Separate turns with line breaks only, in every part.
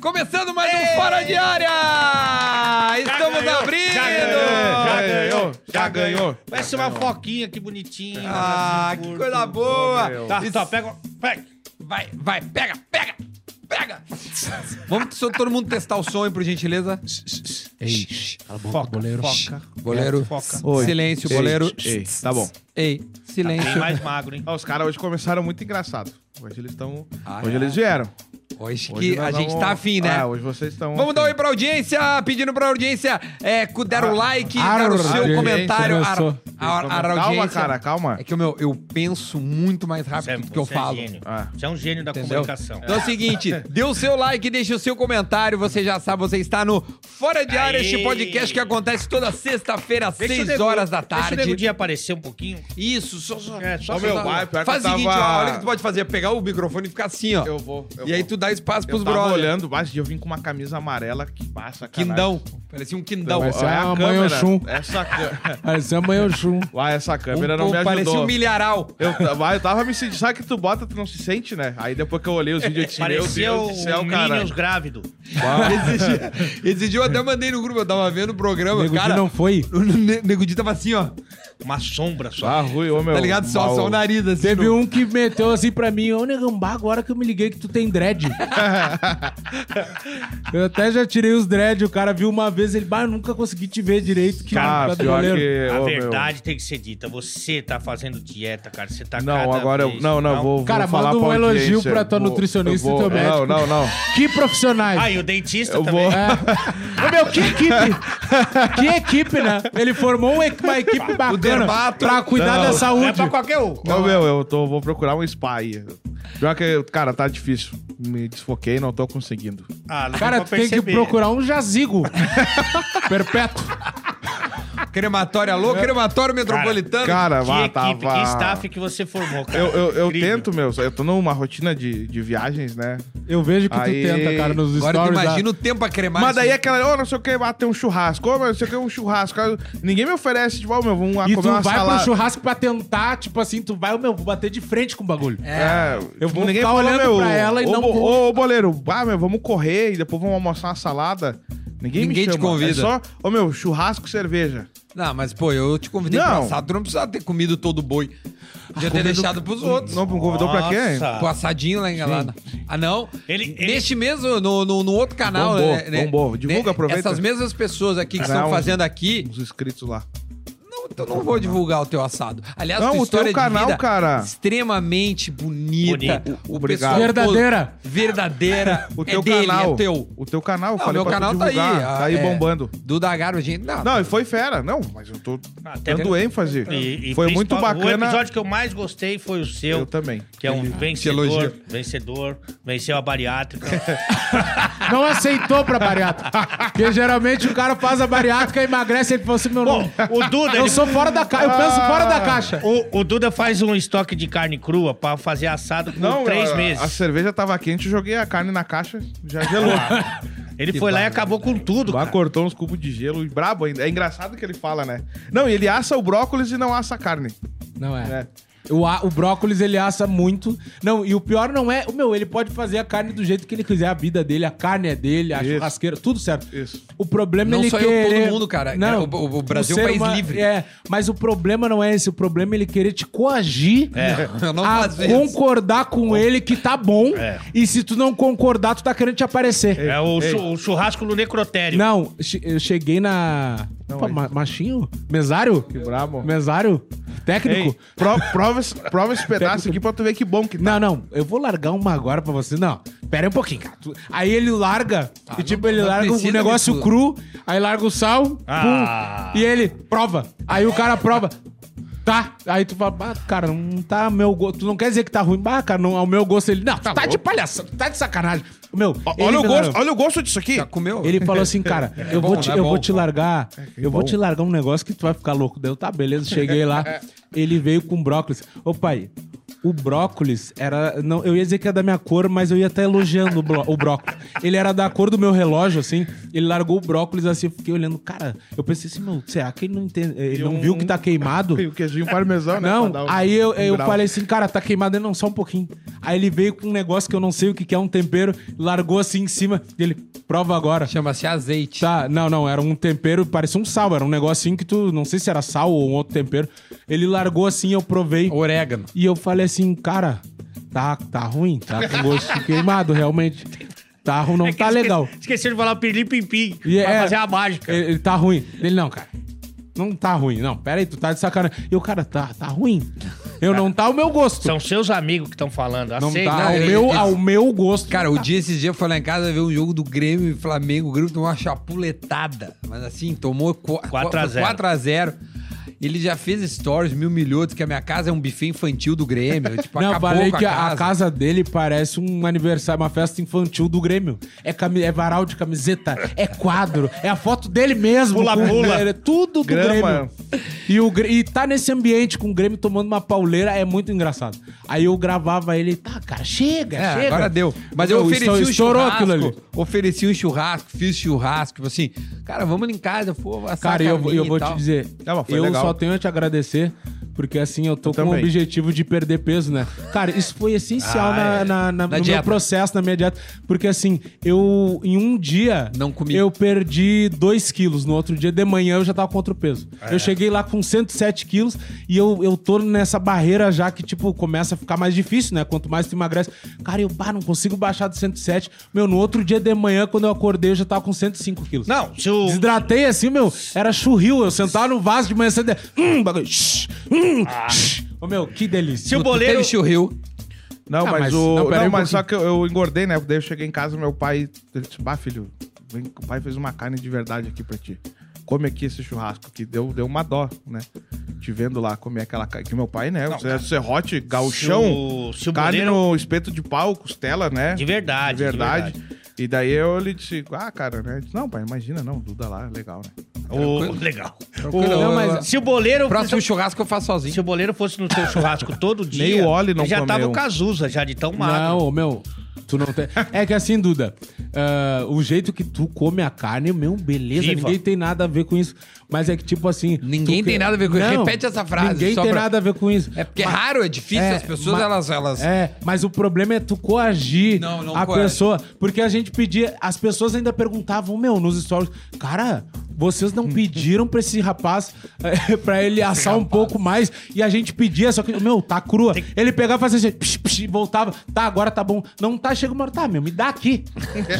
Começando mais um Fora de Área! Estamos
ganhou,
abrindo!
já ganhou, já ganhou, já ganhou.
Parece uma foquinha que bonitinha.
Ah, que coisa boa!
Tá, tá, pega. pega.
Vai, vai, pega, pega, pega! Vamos só todo mundo testar o som aí, por gentileza. Ei,
Foca, foca.
goleiro.
Foca.
Oi. Silêncio, goleiro.
Ei, ei, tá bom.
Ei,
Bem
silêncio.
mais magro, hein?
Ó, os caras hoje começaram muito engraçado. Hoje eles estão.
Ah,
hoje
é?
eles vieram.
Hoje
Hoje
que a
nós
gente
vamos-
tá afim, né?
É, hoje vocês estão.
Vamos dar um oi pra audiência, pedindo pra audiência é, cu- dar o like,
ar-
dar o seu
Ah, audiência,
comentário.
né,
ar-
sou.
ar- ar-
Calma,
audiência.
cara, calma.
É que o meu, eu penso muito mais rápido do que eu falo.
É gênio.
Ah.
Você é um gênio da
Entendeu?
comunicação.
Então é o seguinte, dê o seu like, deixa o seu comentário, você já sabe, você está no Fora de Área,
Aê!
este podcast que acontece toda sexta-feira, às
Deixa o
6
nego-
horas da
Deixa o nego
tarde.
dia aparecer um pouquinho.
Isso, só, só,
É, só
só
o meu
só-
pai, pior que
Faz o
eu
seguinte,
tava-
ó, olha o que tu pode fazer, é pegar o microfone e ficar assim, ó.
Eu vou. eu
e aí
vou.
tu dá espaço
Eu
pros
tava
brothers.
olhando baixo e eu vim com uma camisa amarela que passa, cara.
Quindão, parecia um quindão.
Então,
Parece
ó, é
a
a
mãe
câmera.
Oxum.
Essa câmera.
Mas amanhã eu chum.
Vai, essa câmera
Um-
não
um-
me ajudou.
parecia um milharal.
Eu, t- vai, eu tava me sentindo. Sabe que tu bota, tu não se sente, né? Aí depois que eu olhei
É,
os vídeos, eu disse, meu
Parecia
Deus
o
do
um
céu, cara.
Minions um grávido.
Ah.
Esse dia, esse dia eu até mandei no grupo, eu tava vendo o programa,
Nego
cara.
Di não foi.
O Ne- Nego Di tava assim, ó.
Uma sombra só.
Ah, ruim, ô meu.
Tá ligado? Só,
mal-
só o nariz, assim.
um Teve
no-
um que meteu assim pra mim, ô Negambá, agora que eu me liguei que tu tem dread. eu até já tirei os dread, o cara viu uma vez, ele, bah, eu nunca consegui te ver direito. Que
Tá
por
Cara,
causa do
Tá, pior
goleiro."
que.
A
ô, meu.
verdade tem que ser dita. Você tá fazendo dieta, cara. Você tá
Não,
cada
agora eu.
vez-
Não, não, vou.
Cara,
vou falar
manda um
pra
elogio
audiência.
pra tua
Vou-
nutricionista e
eu vou-
teu médico.
Não,
É.
não, não.
Que profissionais.
Ah, e o dentista
Eu
também.
vou.
Ô, meu, que equipe! que equipe, né? Ele formou uma equi- uma equipe bacana
Dermato.
pra cuidar
Não.
da
Não é
saúde.
pra qualquer um.
Ô, meu, eu tô, vou procurar um spa aí. Pior que, cara, tá difícil. Me desfoquei, não tô conseguindo.
Ah, não
Cara,
deu
tu
pra
tem que
perceber.
procurar um jazigo. Perpétuo.
Crematório, alô,
é.
crematório metropolitano.
Cara,
Que
Ah, tá, vá,
equipe,
tava.
que staff que você formou, cara.
Eu, eu, eu
Incrível.
tento, meu, eu tô numa rotina de, de viagens, né?
Eu vejo que
Aí.
tu tenta, cara, nos
Agora tu
stories. ah. da-
imagina o tempo a cremar.
Mas daí é
isso.
aquela, ô, não sei o que, bater um churrasco, ô, mas não sei o que, um churrasco. Aí, Ninguém me oferece, tipo, ô, meu, vamos lá
E tu
comer uma
vai
salada.
pro churrasco pra tentar, tipo assim, tu vai, meu, vou bater de frente com o bagulho.
É,
Eu vou ficar
falou,
olhando pra ela e
ô,
não
bo-
vou.
Ô, boleiro, ah, meu, vamos correr e depois vamos almoçar uma salada. Ninguém,
Ninguém te
me chama.
convida.
É só, ô, meu, churrasco, cerveja.
Não, mas pô, eu te convidei
Não.
pra assado, tu não precisava ter comido todo o boi. Podia ter deixado pros outros.
Não, me convidou pra quê?
Nossa.
Pro assadinho lá em Galada. Ah, não?
Ele- ele-
Neste mesmo, no, no, no outro canal,
Bombou,
né, né?
bombou. Divulga,
né,
aproveita. é um-
Essas mesmas pessoas aqui que
Canal-
estão fazendo aqui,
Os inscritos lá.
Não, então não vou divulgar o teu assado. Aliás,
Não,
tua
o
história
teu
de
canal,
vida
cara.
extremamente bonita.
Bonito.
O
Obrigado.
pessoal
Verdadeira.
todo- verdadeira.
O
é
teu
dele,
canal.
É teu.
O teu canal,
Não,
eu falei
meu
pra tu
canal tá aí,
divulgar,
ah,
Tá aí
é.
bombando.
Do da Garo, gente. Não,
Não, e foi fera. Não, mas eu tô
Até
dando ênfase.
E- e
foi muito
principal- O
bacana.
episódio que eu mais gostei foi o seu.
Eu também.
Que é um vencedor.
elogio.
Vencedor. Venceu a bariátrica.
Não aceitou pra bariátrica. Porque geralmente o cara faz a bariátrica, emagrece, ele fala assim, meu
Bom,
nome.
o Duda.
Eu
ele-
sou fora da caixa, eu penso fora da caixa.
o, o Duda faz um estoque de carne crua pra fazer assado por
Não,
três
é,
a,
meses.
a cerveja tava quente, eu joguei a carne na caixa, já gelou.
Ele foi lá e acabou com tudo,
Lá
cara.
cortou uns cubos de gelo e brabo ainda. É engraçado que ele fala, né? Não, e ele assa o brócolis e não assa a carne.
Não é.
É.
O, a- o brócolis ele assa muito. Não, e o pior não é. o Meu, ele pode fazer a carne do jeito que ele quiser. A vida dele, a carne é dele, a
Isso.
churrasqueira, tudo certo.
Isso.
O problema
Não
é ele
só eu,
querer...
todo mundo, cara. O- o- o Brasil é um
ser
país
humano-
livre.
É, mas o problema não é esse. O problema é ele querer te coagir
É.
eu não
a
faço isso.
concordar com ele que tá bom.
É.
E se tu não concordar, tu tá querendo te aparecer.
É o, chu- o churrasco no necrotério.
Não, che- eu cheguei na... Opa, ma- machinho? Mesário? Que
brabo.
Mesário? Técnico?
Ei, pro- prova, esse- prova esse pedaço aqui pra tu ver que bom que tá.
Não, não, eu vou largar uma agora pra você. Não, pera aí um pouquinho, cara. Tu- Aí ele larga,
Tá,
e tipo,
não-
ele
não
larga o
precisa
negócio
me fu-
cru, aí larga o sal,
Ah.
pum, e ele prova. Aí o cara prova. Tá, aí tu fala, ah, cara, não tá ao meu gosto. Tu não quer dizer que tá ruim, bah, cara, não, ao meu gosto. Ele, não, tá, de palhaçada, tá de sacanagem. Meu,
Ó,
ele
olha, o
me
gosto,
largou.
olha o gosto disso aqui.
Tá
Já comeu?
Ele falou assim, cara, eu, vou,
bom,
te,
é
eu
bom,
vou te
bom.
largar. eu vou te largar um negócio que tu vai ficar louco. Daí eu, tá, beleza, cheguei lá. ele veio com brócolis. Ô, pai, o brócolis era. Não, eu ia dizer que era da minha cor, mas eu ia estar elogiando o, bró- o brócolis. Ele era da cor do meu relógio, assim. Ele largou o brócolis assim, eu fiquei olhando. Cara, eu pensei assim, meu, será que ele não entende? Ele não
um-
viu que tá queimado?
E o queijinho parmesão, né? pra
Não,
dar um-
aí eu,
um
eu
grau.
falei assim, cara, tá queimado, ele não, só um pouquinho. Aí ele veio com um negócio que eu não sei o que, que é, um tempero, largou assim em cima. e Ele, prova agora.
Chama-se azeite.
Tá, não, não, era um tempero, parecia um sal, era um negocinho que tu, não sei se era sal ou um outro tempero. Ele largou assim, eu provei.
Orégano.
E eu falei assim, cara, tá, tá ruim, tá com gosto de queimado, realmente. Tá ruim, não
É que
tá
esque-
legal.
Esqueceu de falar pirlim-pim-pim.
E
Pra
é-
fazer a mágica.
Ele, ele tá ruim. Ele, não, cara. Não tá ruim, não. Pera aí, tu tá de sacanagem. E o cara, tá, tá ruim. Eu não tá ao meu gosto.
São seus amigos que estão falando.
Não
aceita.
tá
não,
ao
ele-
meu,
ele-
ao meu gosto.
Cara, o dia esses dias eu fui lá em casa ver um jogo do Grêmio e Flamengo. O Grêmio tomou uma chapuletada. Mas assim, tomou
4 a 0.
4x0. Ele já fez stories, mil milhotes, que a minha casa é um buffet infantil do Grêmio. Tipo,
Não, eu
acabou
falei
com
que a casa. dele parece um aniversário, uma festa infantil do Grêmio. É, cami- é varal de camiseta, é quadro, é a foto dele mesmo.
Pula,
com-
pula.
É tudo do
Grama.
Grêmio. E, o, Gre- e tá nesse ambiente com o Grêmio tomando uma pauleira, é muito engraçado. Aí eu gravava ele, tá, cara, chega,
É,
chega.
agora deu. Mas eu
Meu,
ofereci
estou-
um
estourou
churrasco.
aquilo ali.
Ofereci um churrasco, fiz churrasco. Tipo assim, cara, vamos lá em casa, pô, assar
Cara, eu,
carninha
eu
e
vou
tal.
te dizer,
Ah, mas foi
eu
legal.
só tenho a te agradecer, porque assim, eu tô com o
também.
objetivo de perder peso, né? Cara, isso foi essencial
Ah,
na-
é.
na- na-
Na
no
dieta.
meu processo, na minha dieta, porque assim, eu, em um dia,
Não comi.
eu perdi 2 quilos, no outro dia de manhã eu já tava contra o peso. Eu cheguei lá com 107 quilos e eu, eu tô nessa barreira já que, tipo, começa a ficar mais difícil, né? Quanto mais tu emagrece. Cara, eu bah, não consigo baixar de 107. Meu, no outro dia de manhã, quando eu acordei, eu já tava com 105 quilos.
Não, se o...
Desidratei assim, meu. Era churril. Eu sentava no vaso de manhã cedo. Hum, bagulho. shh, Hum,
Ah.
shh. Ô, meu, que delícia.
Se o
Tu
boleiro...
Teve churril.
Não,
Ah,
mas,
mas-
o.
não,
Não,
pera aí um
mas
pouquinho.
só que eu, eu engordei, né? Daí eu cheguei em casa, meu pai. Ele disse, bah, filho, vem que o pai fez uma carne de verdade aqui pra ti. Come aqui esse churrasco, que deu, deu uma dó, né? Te vendo lá comer aquela carne. Que meu pai, né? Você é serrote,
Se
gauchão,
o- se o
carne
boleiro-
no espeto de pau, costela, né?
De verdade, de
De verdade.
verdade.
E daí eu ele disse, ah, cara, né? Eu disse, não, pai, imagina, não, Duda lá, legal, né?
o... Legal.
Tranquilo, eu-
mas-
Se o boleiro...
Próximo churrasco eu faço sozinho.
Se o boleiro fosse no seu churrasco todo dia...
Nem o óleo não
ele já tava
comeu.
o Cazuza, já de tão
Não,
magro.
ô, meu. Tu não tem. É que assim, Duda, ah, o jeito que tu come a carne, meu, beleza,
Viva.
ninguém tem nada a ver com isso. Mas é que, tipo assim.
Ninguém
tu que-
tem nada a ver com isso. Repete essa frase,
Ninguém
só
tem
pra-
nada a ver com isso.
É porque é
Mas-
raro, é difícil. as pessoas,
ma-
elas... elas...
É, mas o problema é tu coagir
Não, não
a
coage.
pessoa. Porque a gente pedia. As pessoas ainda perguntavam, meu, nos stories. Cara, vocês
Hum.
não pediram pra esse rapaz eh, pra ele assar um pouco mais. E a gente pedia, só que, meu, tá crua. Ele pegava e fazia assim, psh, psh, e voltava. Tá, agora tá bom. Não tá, chega uma hora. Tá, meu, me dá aqui.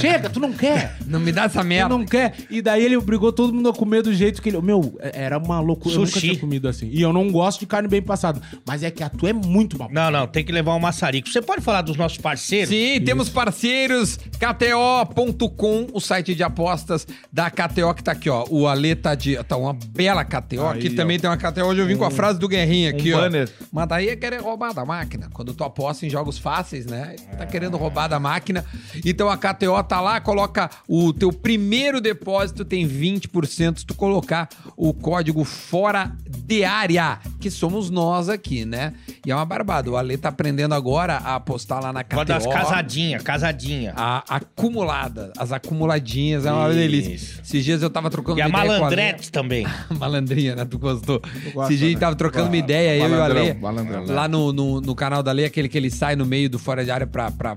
chega, tu não quer.
Não me dá essa
Tu
merda.
não quer. E daí ele obrigou todo mundo a comer do jeito que ele. Meu, era uma loucura. Eu nunca
Sushi.
tinha comido assim. E eu não gosto de carne bem passada. Mas é que a tua é muito mal.
Não, não, tem que levar um maçarico. Você pode falar dos nossos parceiros?
Sim, temos parceiros, KTO.com, o site de apostas da KTO que tá aqui, ó. O Ale tá de. Tá uma bela KTO. aqui
Aí,
também
ó. Um-
tem uma KTO. Hoje eu vim com a frase do Guerrinha aqui,
banner.
ó. Mas daí é querer roubar da máquina. Quando tu aposta em jogos fáceis, né? Tá querendo roubar da máquina. Então a KTO tá lá, coloca o teu primeiro depósito, tem 20% se tu colocar o código fora de área, que somos nós aqui, né? E é uma barbada. O Ale tá aprendendo agora a apostar lá na KTO.
Agora das casadinhas, casadinha.
A acumulada, as acumuladinhas, é uma
Isso.
delícia. Esses dias eu tava trocando
e a
com a
malandrete também.
Ale. Malandrinha, né? Tu gostou?
gosto,
Esses dias a gente
né?
tava trocando uma ideia, eu e o
Malandrão,
Ale.
malandrão, né?
Lá no, no, no canal da Lei, aquele que ele sai no meio do Fora de Área pra, pra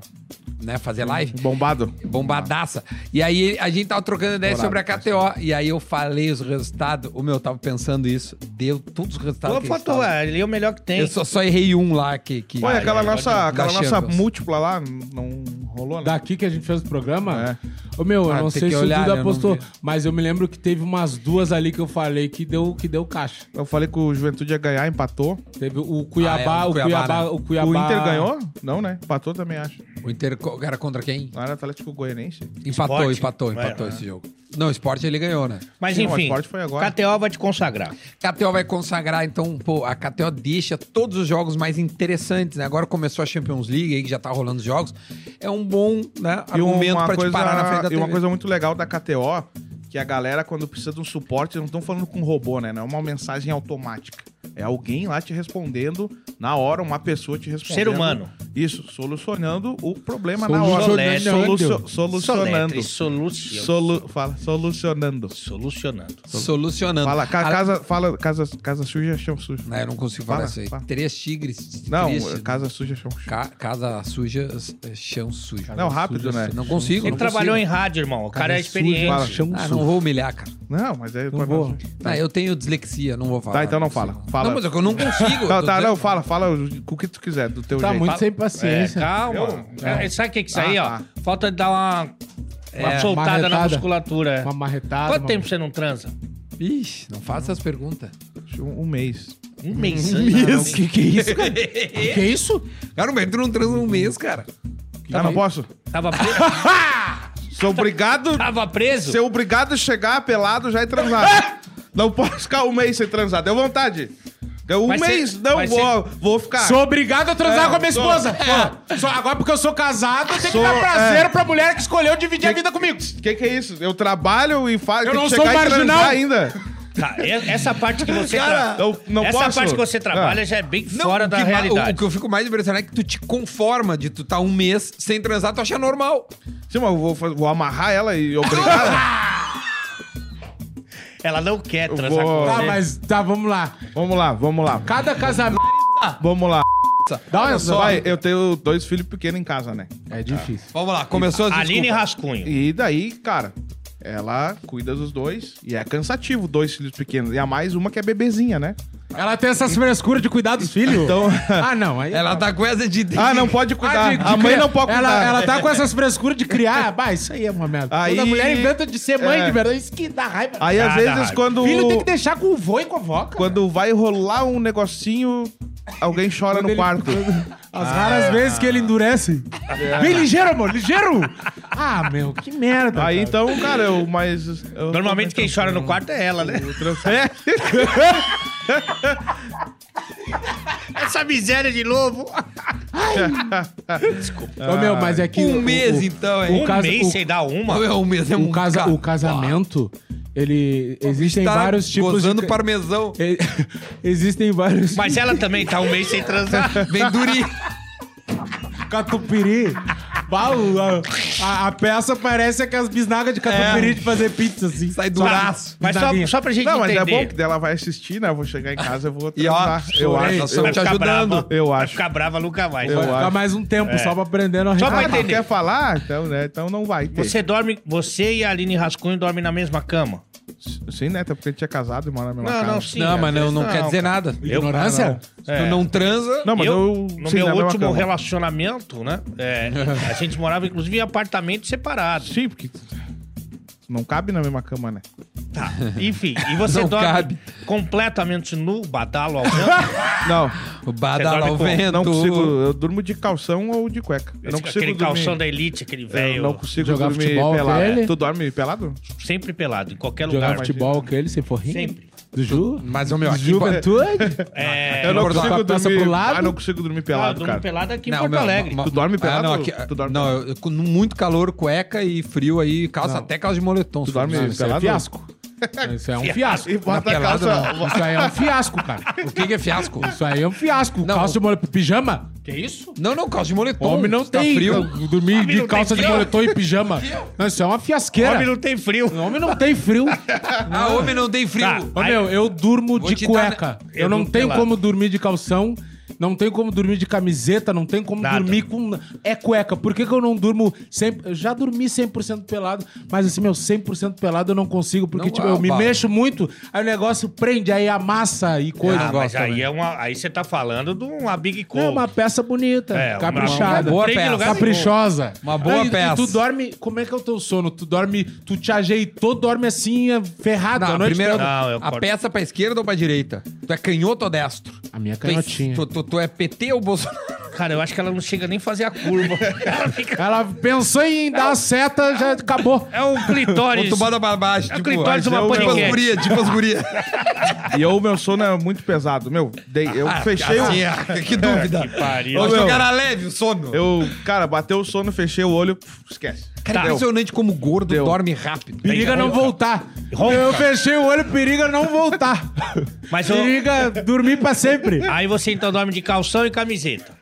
né, fazer live.
Bombado.
Bombadaça. E aí a gente tava trocando ideia sobre a
né?
KTO. E aí eu falei os resultados. O meu, eu tava pensando isso. Deu todos os resultados.
Tua
que eles
foto,
estavam.
ele é o melhor que tem.
Eu só, só errei um lá que. que...
Olha, aquela
vai,
nossa,
vai,
aquela
na
nossa
Champions.
múltipla lá não rolou, né?
Daqui que a gente fez o programa? Ô, meu, eu
Ah,
não
tem
sei
que
se
olhar, né? Eu
o Duda
não
postou,
vi.
mas eu me lembro que teve umas duas ali que eu falei que deu, que deu caixa.
Eu falei que o Juventude ia ganhar, empatou.
Teve o Cuiabá,
Ah, é, o
o
Cuiabá,
Cuiabá,
né?
o Cuiabá.
O Inter ganhou? Não, né? Empatou também, acho.
O Inter co- era contra quem?
Não era Atlético Goianense?
Empatou,
Esporte?
empatou,
Vai,
empatou
ah.
né?
esse jogo. Não, o esporte ele ganhou, né?
Mas
Não, mas
enfim,
forte foi agora.
KTO vai te consagrar.
KTO vai consagrar, então, pô, a KTO deixa todos os jogos mais interessantes, né? Agora começou a Champions League aí, que já tá rolando os jogos. É um bom né, argumento pra te parar na frente da
E
TV.
uma coisa muito legal da KTO, que a galera, quando precisa de um suporte, não estão falando com robô, né? Não é uma mensagem automática. É alguém lá te respondendo na hora, uma pessoa te respondendo.
Ser humano.
Isso, solucionando o problema na hora. Né?
Solete.
Solucio- solucionando.
Soletre, solucio-
Solu- fala, solucionando.
Solucionando.
Solucionando.
Fala, ca-
A-
casa, fala, casa, casa suja, chão sujo.
Não, eu não consigo falar
Fala,
isso aí.
fala.
Três tigres.
Não, é
triste.
casa suja, chão sujo.
Ca- casa suja, é, chão sujo.
Não, rápido, né?
Não consigo.
Ele
não
trabalhou
consigo.
em rádio, irmão. O cara, é
Cara sujo,
experiente.
fala.
Chama um
Ah,
sujo.
não vou humilhar, cara.
Não, mas é.
Não vou.
Ah, eu tenho dislexia, não vou falar.
Tá, então não
consigo.
fala. Fala.
Não, mas é eu não consigo.
Tá,
tô
tá,
dizendo-
não, fala, fala o o que tu quiser, do teu
Tá
jeito.
muito
Fala.
sem
É,
paciência.
calma.
Eu-
É, sabe o que que é isso
Ah,
aí,
tá.
ó? Falta de dar uma, uma
É,
soltada na
marretada.
musculatura. é.
Uma marretada.
Quanto
uma-
tempo você não transa?
Ixi, não faça essas perguntas.
Um, um mês.
Um mês.
Um mês? Que que é isso, cara? que é isso?
Cara, mas tu não transa um mês, cara.
Tá, não posso?
Tava preso?
Sou
Tá.
obrigado.
Tava preso?
Ser obrigado a chegar pelado já e transar. não posso ficar um mês sem transar. Deu vontade. Um
Vai ser-
mês, não
vai
vou, vou ficar.
Sou obrigado a transar
É,
com a minha
sou-
esposa. É. Só agora porque eu sou casado, eu tenho
Sou-
que dar prazer
é.
pra mulher que escolheu dividir a vida comigo.
Que que é isso? Eu trabalho e faço.
Eu
tem
não
que
sou
chegar e
marginal.
transar ainda.
Tá, e- essa parte que você
Cara,
tra-
eu não
Essa
posso.
parte que você trabalha já é bem fora
o
da
que ma-
realidade.
O, o que eu fico mais impressionado é que tu te conforma de tu tá um mês sem transar, tu acha normal.
Sim, mas eu vou, faz- vou amarrar ela e obrigar ela.
Ela não quer transar
vou-
com
Ah,
você.
mas tá, vamos lá.
vamos lá, vamos lá.
Cada casamento.
Vamos lá.
Dá uma só.
Vai, eu tenho dois filhos pequenos em casa, né?
É difícil.
Vamos lá, começou as
Aline
desculpas.
Rascunho.
E daí, cara, ela cuida dos dois. E é cansativo, dois filhos pequenos. E a mais uma que é bebezinha, né?
Ela tem essas frescuras de cuidar dos filhos.
Então-
Ah, não. Aí...
Ela tá com essa de...
Ah, não pode
Ah,
cuidar.
de- de
a mãe
criar-
não pode cuidar.
Ela, ela tá com essas frescuras de criar. Bah, isso aí é uma merda.
Aí-
Quando a mulher inventa de ser mãe
É.
de verdade, isso que dá raiva.
Aí, às
Ah, dá
vezes,
raiva.
quando...
Filho tem que deixar com o vô e com a vó, cara.
Quando vai rolar um negocinho, alguém chora
Quando
no
ele-
quarto.
As raras vezes que ele endurece. É. Vem ligeiro, amor, ligeiro! Ah, meu, que merda.
Aí,
cara.
então, cara, eu... Mas... eu-
Normalmente quem chora no quarto é ela, né?
É,
Essa miséria de novo.
Ô, meu, mas é que.
Um
o-
mês,
o-
então,
O
hein?
um
caso-
mês
o-
sem dar uma.
Não é um mês, é um
O, casa-
ca-
o casamento, ele. Existem
Tá
vários tipos.
gozando
de...
parmesão.
E- Existem vários.
Mas ela também tá um mês sem transar.
Vem duri.
Catupiry. Baú, a- a, a peça parece aquelas bisnagas de catupiry de fazer pizza, assim.
É. Sai do
Só-
braço.
Tá, Mas só,
bisnaguinha.
só pra gente
Não, mas
entender.
é bom que daí ela vai assistir, né? Eu vou chegar em casa, eu vou
E ó,
transar. eu
chorei.
acho.
Nós
Eu,
somos
Vai
te
ficar
ajudando.
brava,
eu
Vai
acho.
ficar brava, nunca mais.
Vai
Eu
ficar
acho.
mais um tempo só pra aprender no
Só pra
Ah,
recado.
tu
entender.
quer falar? Então, né? Então não vai ter.
Você dorme... Você e a Aline Rascunho dormem na mesma cama.
Sim, né? Até porque ele tinha casado e mora na mesma
Não,
casa.
não, sim.
não,
às
mas não,
vezes
não quer dizer
cara.
nada.
Eu-
Ignorância?
Se Tu não transa...
Não, mas eu...
eu, no
sim, na
meu
mesma
último
cama.
relacionamento, né? é, a gente morava, inclusive, em apartamento separado.
Sim, porque... Não cabe na mesma cama, né?
Tá. Enfim, e você
Não
dorme
cabe.
completamente nu, badalo ao vento.
Não,
É.
O badala
dorme
ao
com-
vento.
não consigo. Eu durmo de calção ou de cueca. Eu não consigo
aquele
dormir.
calção da elite, aquele
Eu
velho.
não consigo
Jogar
dormir
futebol,
pelado.
velho.
Tu dorme pelado?
Sempre pelado, em qualquer
Jogar
lugar.
futebol com ele, sem forrinho?
Sempre.
Do Ju?
Mas, ô, meu, aqui-
né? Juventude?
É,
eu não
acordar.
consigo
Passa
dormir.
pro lado?
Ah, não consigo dormir
ah, eu
Ah, pelado,
durmo
cara.
pelado aqui em
Não,
Porto
meu,
Alegre.
ma- Ah,
Tu dorme pelado?
não, aqui-
Tu dorme
não,
pelado?
eu- com muito calor, cueca e frio aí, calça até calça de moletom.
Tu dorme
Não, isso é
pelado?
fiasco. Isso é um fiasco.
E bota a
pelado,
calça.
Isso aí é um fiasco, cara.
O que, que é fiasco?
Isso aí é um fiasco.
Não.
Calça de moletom pijama? Que isso?
Não, não, calça de moletom.
Homem não
Se tá
tem
frio.
eu- dormir
Homem
de
não tem
calça de
frio.
moletom e pijama. Não, isso é uma fiasqueira.
Homem não tem frio.
Homem não tem frio.
Ah, homem não tem frio.
Tá.
Ô, meu, eu durmo
Vou
de
te dar-
cueca.
Eu
Eu, não
durmo
tenho
pelado.
como dormir de calção. Não tenho como dormir de camiseta, não tenho como
Nada.
dormir com. É cueca. Por que, que eu não durmo sempre. Eu já dormi 100% pelado, mas assim, meu, 100% pelado eu não consigo, porque
Não,
tipo,
ah,
eu me
Paulo.
mexo muito, aí o negócio prende, aí amassa e coisa.
Ah, mas
gosto
aí,
também.
é uma, aí você tá falando de uma Big Cold.
É uma peça bonita,
É, uma-
caprichada.
uma boa
Tem que
peça.
lugar-
Caprichosa.
Uma boa
e- e
peça.
tu dorme. Como é que é o teu sono? Tu dorme. Tu te ajeitou, dorme assim, é, ferrado.
Não,
a
a
noite
primeira,
toda.
Não, eu
a
acordo.
peça pra esquerda ou pra direita? Tu é canhoto ou destro?
A minha
Tu é-
canhotinha.
Tu, tu- tu é PT ou Bolsonaro?
Cara, eu acho que ela não chega nem a fazer a curva. ela fica...
Ela pensou em dar a seta, já acabou.
É o
Ou
clitóris.
tu bota pra baixo?
É o clitóris de uma
eu- tipo as
paniquete.
gurias, tipo as gurias.
E eu, meu sono é muito pesado. Meu, dei- eu
Ah,
fechei
Assim,
o.
é, que dúvida.
Que pariu.
Mas
Ô,
o
meu.
cara leve o sono.
Eu, cara, bateu o sono, fechei o olho, pf, esquece.
Cara, é
Tá.
impressionante como gordo
Deu.
dorme rápido.
Periga não voltar.
Ronca.
Eu fechei o olho, periga não voltar.
Mas eu-
periga dormir pra sempre.
Aí você então dorme de calção e camiseta.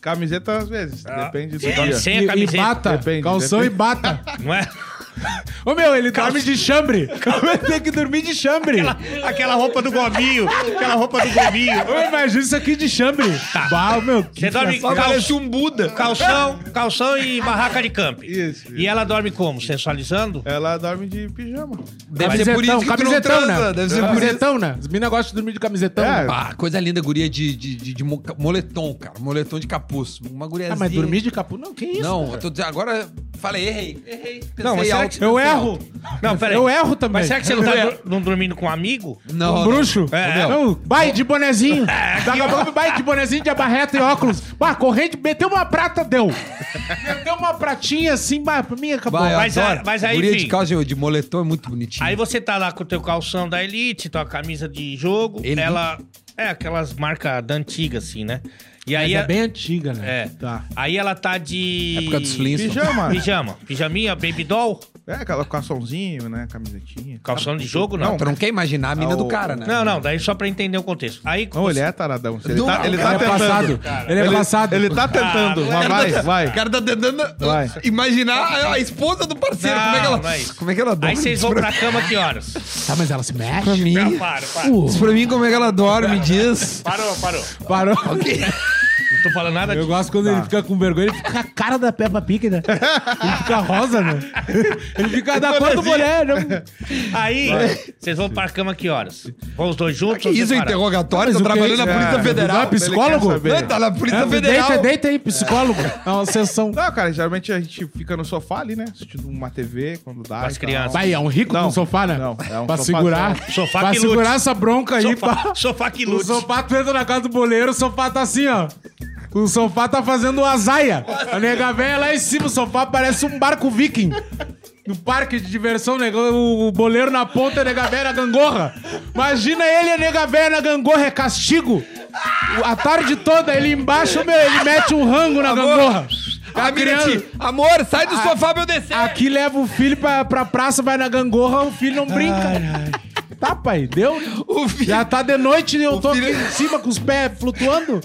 Camiseta às vezes,
Ah.
depende do dia.
Sem a
e, e
camiseta.
bata.
Depende,
calção
depende.
e bata.
Não é?
Ô meu, ele dorme de chambre. Tem que dormir de chambre.
Aquela roupa do gominho. Aquela roupa do gominho.
Eu imagino isso aqui de chambre. Tá. meu. que
Você dorme
engraçado.
calço, um Buda. Calção, calção e barraca de camp.
Isso,
E
isso.
ela dorme como? Sensualizando?
Ela dorme de pijama.
Deve ser por isso que tu não
camisetão, né?
transa. Deve ser por isso.
Camisetão, né? As minas gostam de dormir de camisetão.
É,
Ah, coisa linda, guria de, de, de, de mo- moletom, cara. Moletom de capuz. Uma guriazinha.
Ah, mas dormir de capuz? Não, que isso?
Não, eu tô dizendo, agora falei, errei. Errei. Pensei
Não, mas será
alto,
que-
Eu
pensei
erro.
alto.
Não, peraí.
Eu erro também.
Mas será que você não tá dur- não dormindo com um amigo?
Não,
Um
não.
bruxo?
É.
Não, vai de bonezinho. Daqui a pouco vai de bonezinho, de abarreta e óculos. Bah, corrente, meteu uma prata, deu. meteu uma pratinha assim, bah, pra mim acabou.
Vai, eu
Mas a-
adoro.
mas aí,
Guria
enfim.
de calça de moletom é muito bonitinho.
Aí você tá lá com o teu calção da Elite, tua camisa de jogo.
Elite.
Ela. É, aquelas marcas da antiga, assim, né? E aí.
Mas é
a-
bem antiga, né?
É.
Tá.
Aí ela tá de.
Época dos Flintstones.
Pijama.
Pijama. Pijaminha, baby doll.
É, aquela calçãozinho, né? Camisetinha.
Calção de jogo, não.
Tu não quer imaginar a mina
Ah,
do
o-
cara, né?
É. Não, não, daí só pra entender o contexto. Aí
Não, ele é taradão. Ele
Não,
tá, ele
cara,
tá
Ele é
tentando.
passado. Ele é passado.
Ele tá tentando.
Ah,
mas vai,
O
vai.
cara tá tentando
Vai.
imaginar a, a esposa do parceiro.
Não,
como é que ela.
não é isso.
Como é que ela dorme?
Aí vocês vão pra cama que horas?
Tá, mas ela se mexe?
Pra mim.
Não, para, para.
Diz pra mim como é que ela dorme, diz.
Parou, parou.
Parou.
Não tô falando nada
Eu
disso.
gosto quando ele fica com vergonha, ele fica a cara da Peppa Pig, né? Ele fica rosa, né? Ele fica da cor do mulher. né?
Aí, vocês vão pra cama que horas? Vão os dois juntos?
Que
ou
isso é
separados?
interrogatório?
Mas
Tá
o que
trabalhando na
é isso?
Polícia
É.
Federal.
Ah, psicólogo?
Ele quer saber.
Não, tá na Polícia
É,
Federal.
Deita, deita aí, psicólogo. É uma sessão.
Não, cara, geralmente a gente fica no sofá ali, né? Assistindo uma TV quando dá.
Com as
e tal.
crianças.
Vai, é um rico
Não,
no sofá, né?
não, é um
pra
sofá-
segurar.
sofá
pra
que lute.
segurar essa bronca aí.
Sofá,
pá.
sofá que
O
lute.
sofá, tu entra na casa do boleiro, o sofá tá assim, ó. O sofá tá fazendo azaia. A nega velha lá em cima, o sofá parece um barco viking. No parque de diversão, nega- o o boleiro na ponta, a nega velha na gangorra. Imagina ele, e a nega velha na gangorra, é castigo. O- A tarde toda, ele embaixo, meu, ele mete um rango na
Amor,
gangorra.
A
A
mina
criança...
te- Amor, sai do sofá pra eu descer.
Aqui leva o filho pra, pra praça, vai na gangorra, o filho não brinca. Tá, pai, deu?
O filho-
Já tá de noite e eu
O
tô
filho-
aqui em cima com os pés flutuando.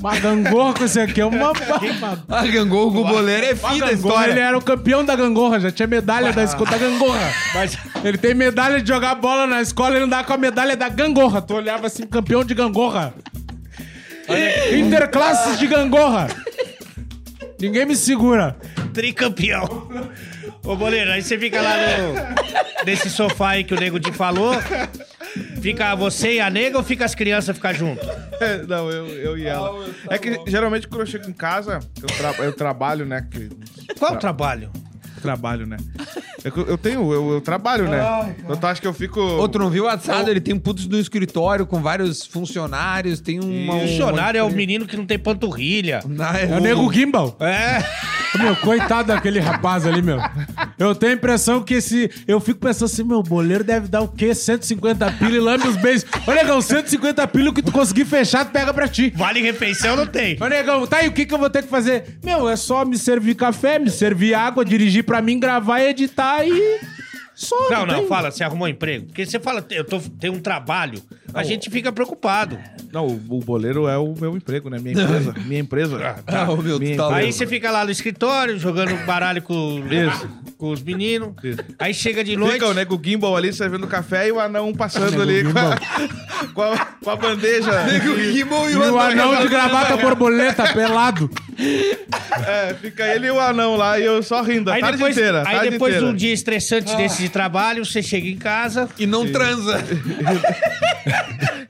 Uma gangorra com esse aqui é uma... uma
A gangorra com o Ah, boleiro é fim da
gangorra,
história.
ele era o campeão da gangorra, já tinha medalha da escola da gangorra.
Mas-
Ele tem medalha de jogar bola na escola, ele andava com a medalha da gangorra. Tu olhava assim, campeão de gangorra. Interclasses de gangorra. Ninguém me segura.
Tricampeão. Ô, Boleiro, aí você fica lá no, nesse sofá aí que o Nego Di falou. Fica você e a nega ou fica as crianças ficar junto?
É, Não, eu, eu e ela.
Ah, tá
é que geralmente quando eu chego em casa, eu, tra- eu trabalho, né? que-
Qual o trabalho?
trabalho, né? Eu, eu tenho, eu, eu trabalho, né? então tu acha que eu fico.
Outro não viu o assado, ele tem putz no escritório com vários funcionários, tem um, uma...
O funcionário é o
uma-
menino que não tem panturrilha.
Na-
É o Nego Gimbal.
É.
Meu, coitado daquele rapaz ali, meu. Eu tenho a impressão que esse. Eu fico pensando assim, meu, boleiro deve dar o quê? 150 pila e lambe os beijos. Ô, negão, 150 pila, o que tu conseguir fechar, tu pega pra ti.
Vale refeição não tem.
Ô, negão, tá aí, o que que eu vou ter que fazer? Meu, é só me servir café, me servir água, dirigir pra mim, gravar, editar e. Só.
Não, não,
tem- um
fala, você arrumou um emprego. Porque você fala, eu tô, tenho um trabalho, a gente fica preocupado.
Não, o, o boleiro é o meu emprego, né? Minha empresa. Minha empresa.
Ah, ô, meu, tu
Minha
tá
empresa.
louco.
Aí você fica lá no escritório, jogando baralho com, com os meninos. Aí chega de noite.
Fica o nego Gimbal ali servindo café e o anão passando ali com a, com, a, com a bandeja.
Nego Gimbal
E o anão de gravata borboleta, pelado.
É, fica ele e o anão lá e eu só rindo a
Aí
tarde
depois,
inteira. a
aí
tarde
depois de
inteira.
um dia estressante desse de trabalho, você chega em casa.
E não transa.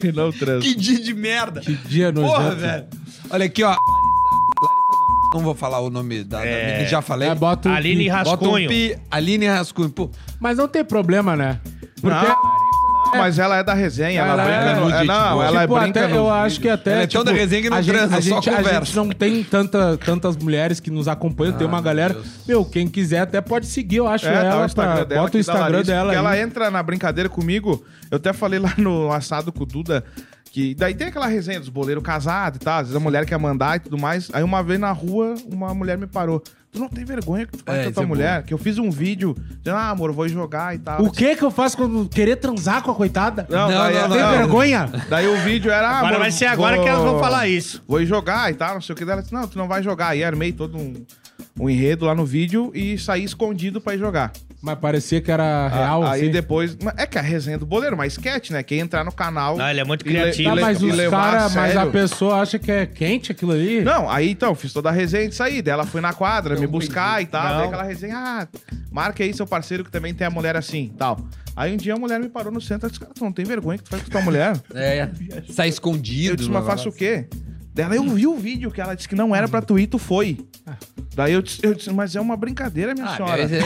E não transa.
Que dia de merda.
Que dia né? nojento.
Porra, velho. Olha aqui, ó. Larissa. Larissa não. Não vou falar o nome da, da
É.
menina, já falei.
É, bota um
Aline
pi.
Bota um
Rascunho.
pi, Aline Rascunho. Pô,
Mas não tem problema, né?
Não, mas ela é da resenha, ela,
Ela
brinca no.
é
é, não, ela
Tipo,
brinca
até,
no.
Eu acho que até. tipo,
Ela é tão da resenha que não
a gente,
transa,
a
só
gente, a
conversa.
gente não tem tanta, tantas mulheres que nos acompanham, tem uma galera. Meu, quem quiser até pode seguir, eu acho
Ah, É, tá, o
ela.
Instagram
pra-
dela.
bota o
aqui da
Instagram
Larissa,
dela.
porque
aí.
ela entra na brincadeira comigo. Eu até falei lá no assado com o Duda Que daí tem aquela resenha dos boleiros casados e tal, às vezes a mulher quer mandar e tudo mais. Aí uma vez na rua, uma mulher me parou. Tu não tem vergonha que tu faz
É,
com a
isso
tua
é
mulher? Que eu fiz um vídeo dizendo, ah, amor, eu vou jogar e tal.
O que que eu faço quando querer transar com a coitada?
Não,
Não,
daí,
não,
daí-
Tem vergonha?
Daí o vídeo era. ah,
Agora
amor,
vai ser agora
vou-
que elas vão falar isso.
Vou ir jogar e tal, não sei o que. Daí Ela disse, não, tu não vai jogar. Aí armei todo um, um enredo lá no vídeo e saí escondido pra ir jogar.
Mas parecia que era real,
Ah, Aí
assim.
depois. mas É que a resenha do boleiro, mas sketch, né? Quem entrar no canal.
Ah, ele é muito
e le-
criativo.
e
Tá,
le-
mas
e
os
levar a
caras, mas a
sério.
pessoa acha que é quente aquilo ali?
Não, aí então, fiz toda a resenha e saí. Daí ela foi na quadra me buscar e tal. Daí aquela resenha, ah, marca aí seu parceiro que também tem a mulher assim tal. Aí um dia a mulher me parou no centro e disse, cara, tu não tem vergonha que tu faz com tua mulher?
É, sai escondido.
Eu disse, mas
blá, blá,
faço o
né?
blá.
quê? Daí ela, eu vi o vídeo que ela disse que não era pra tu ir, tu foi.
Ah.
Daí eu disse, eu disse, mas é uma brincadeira, minha
Ah,
senhora.
mas é-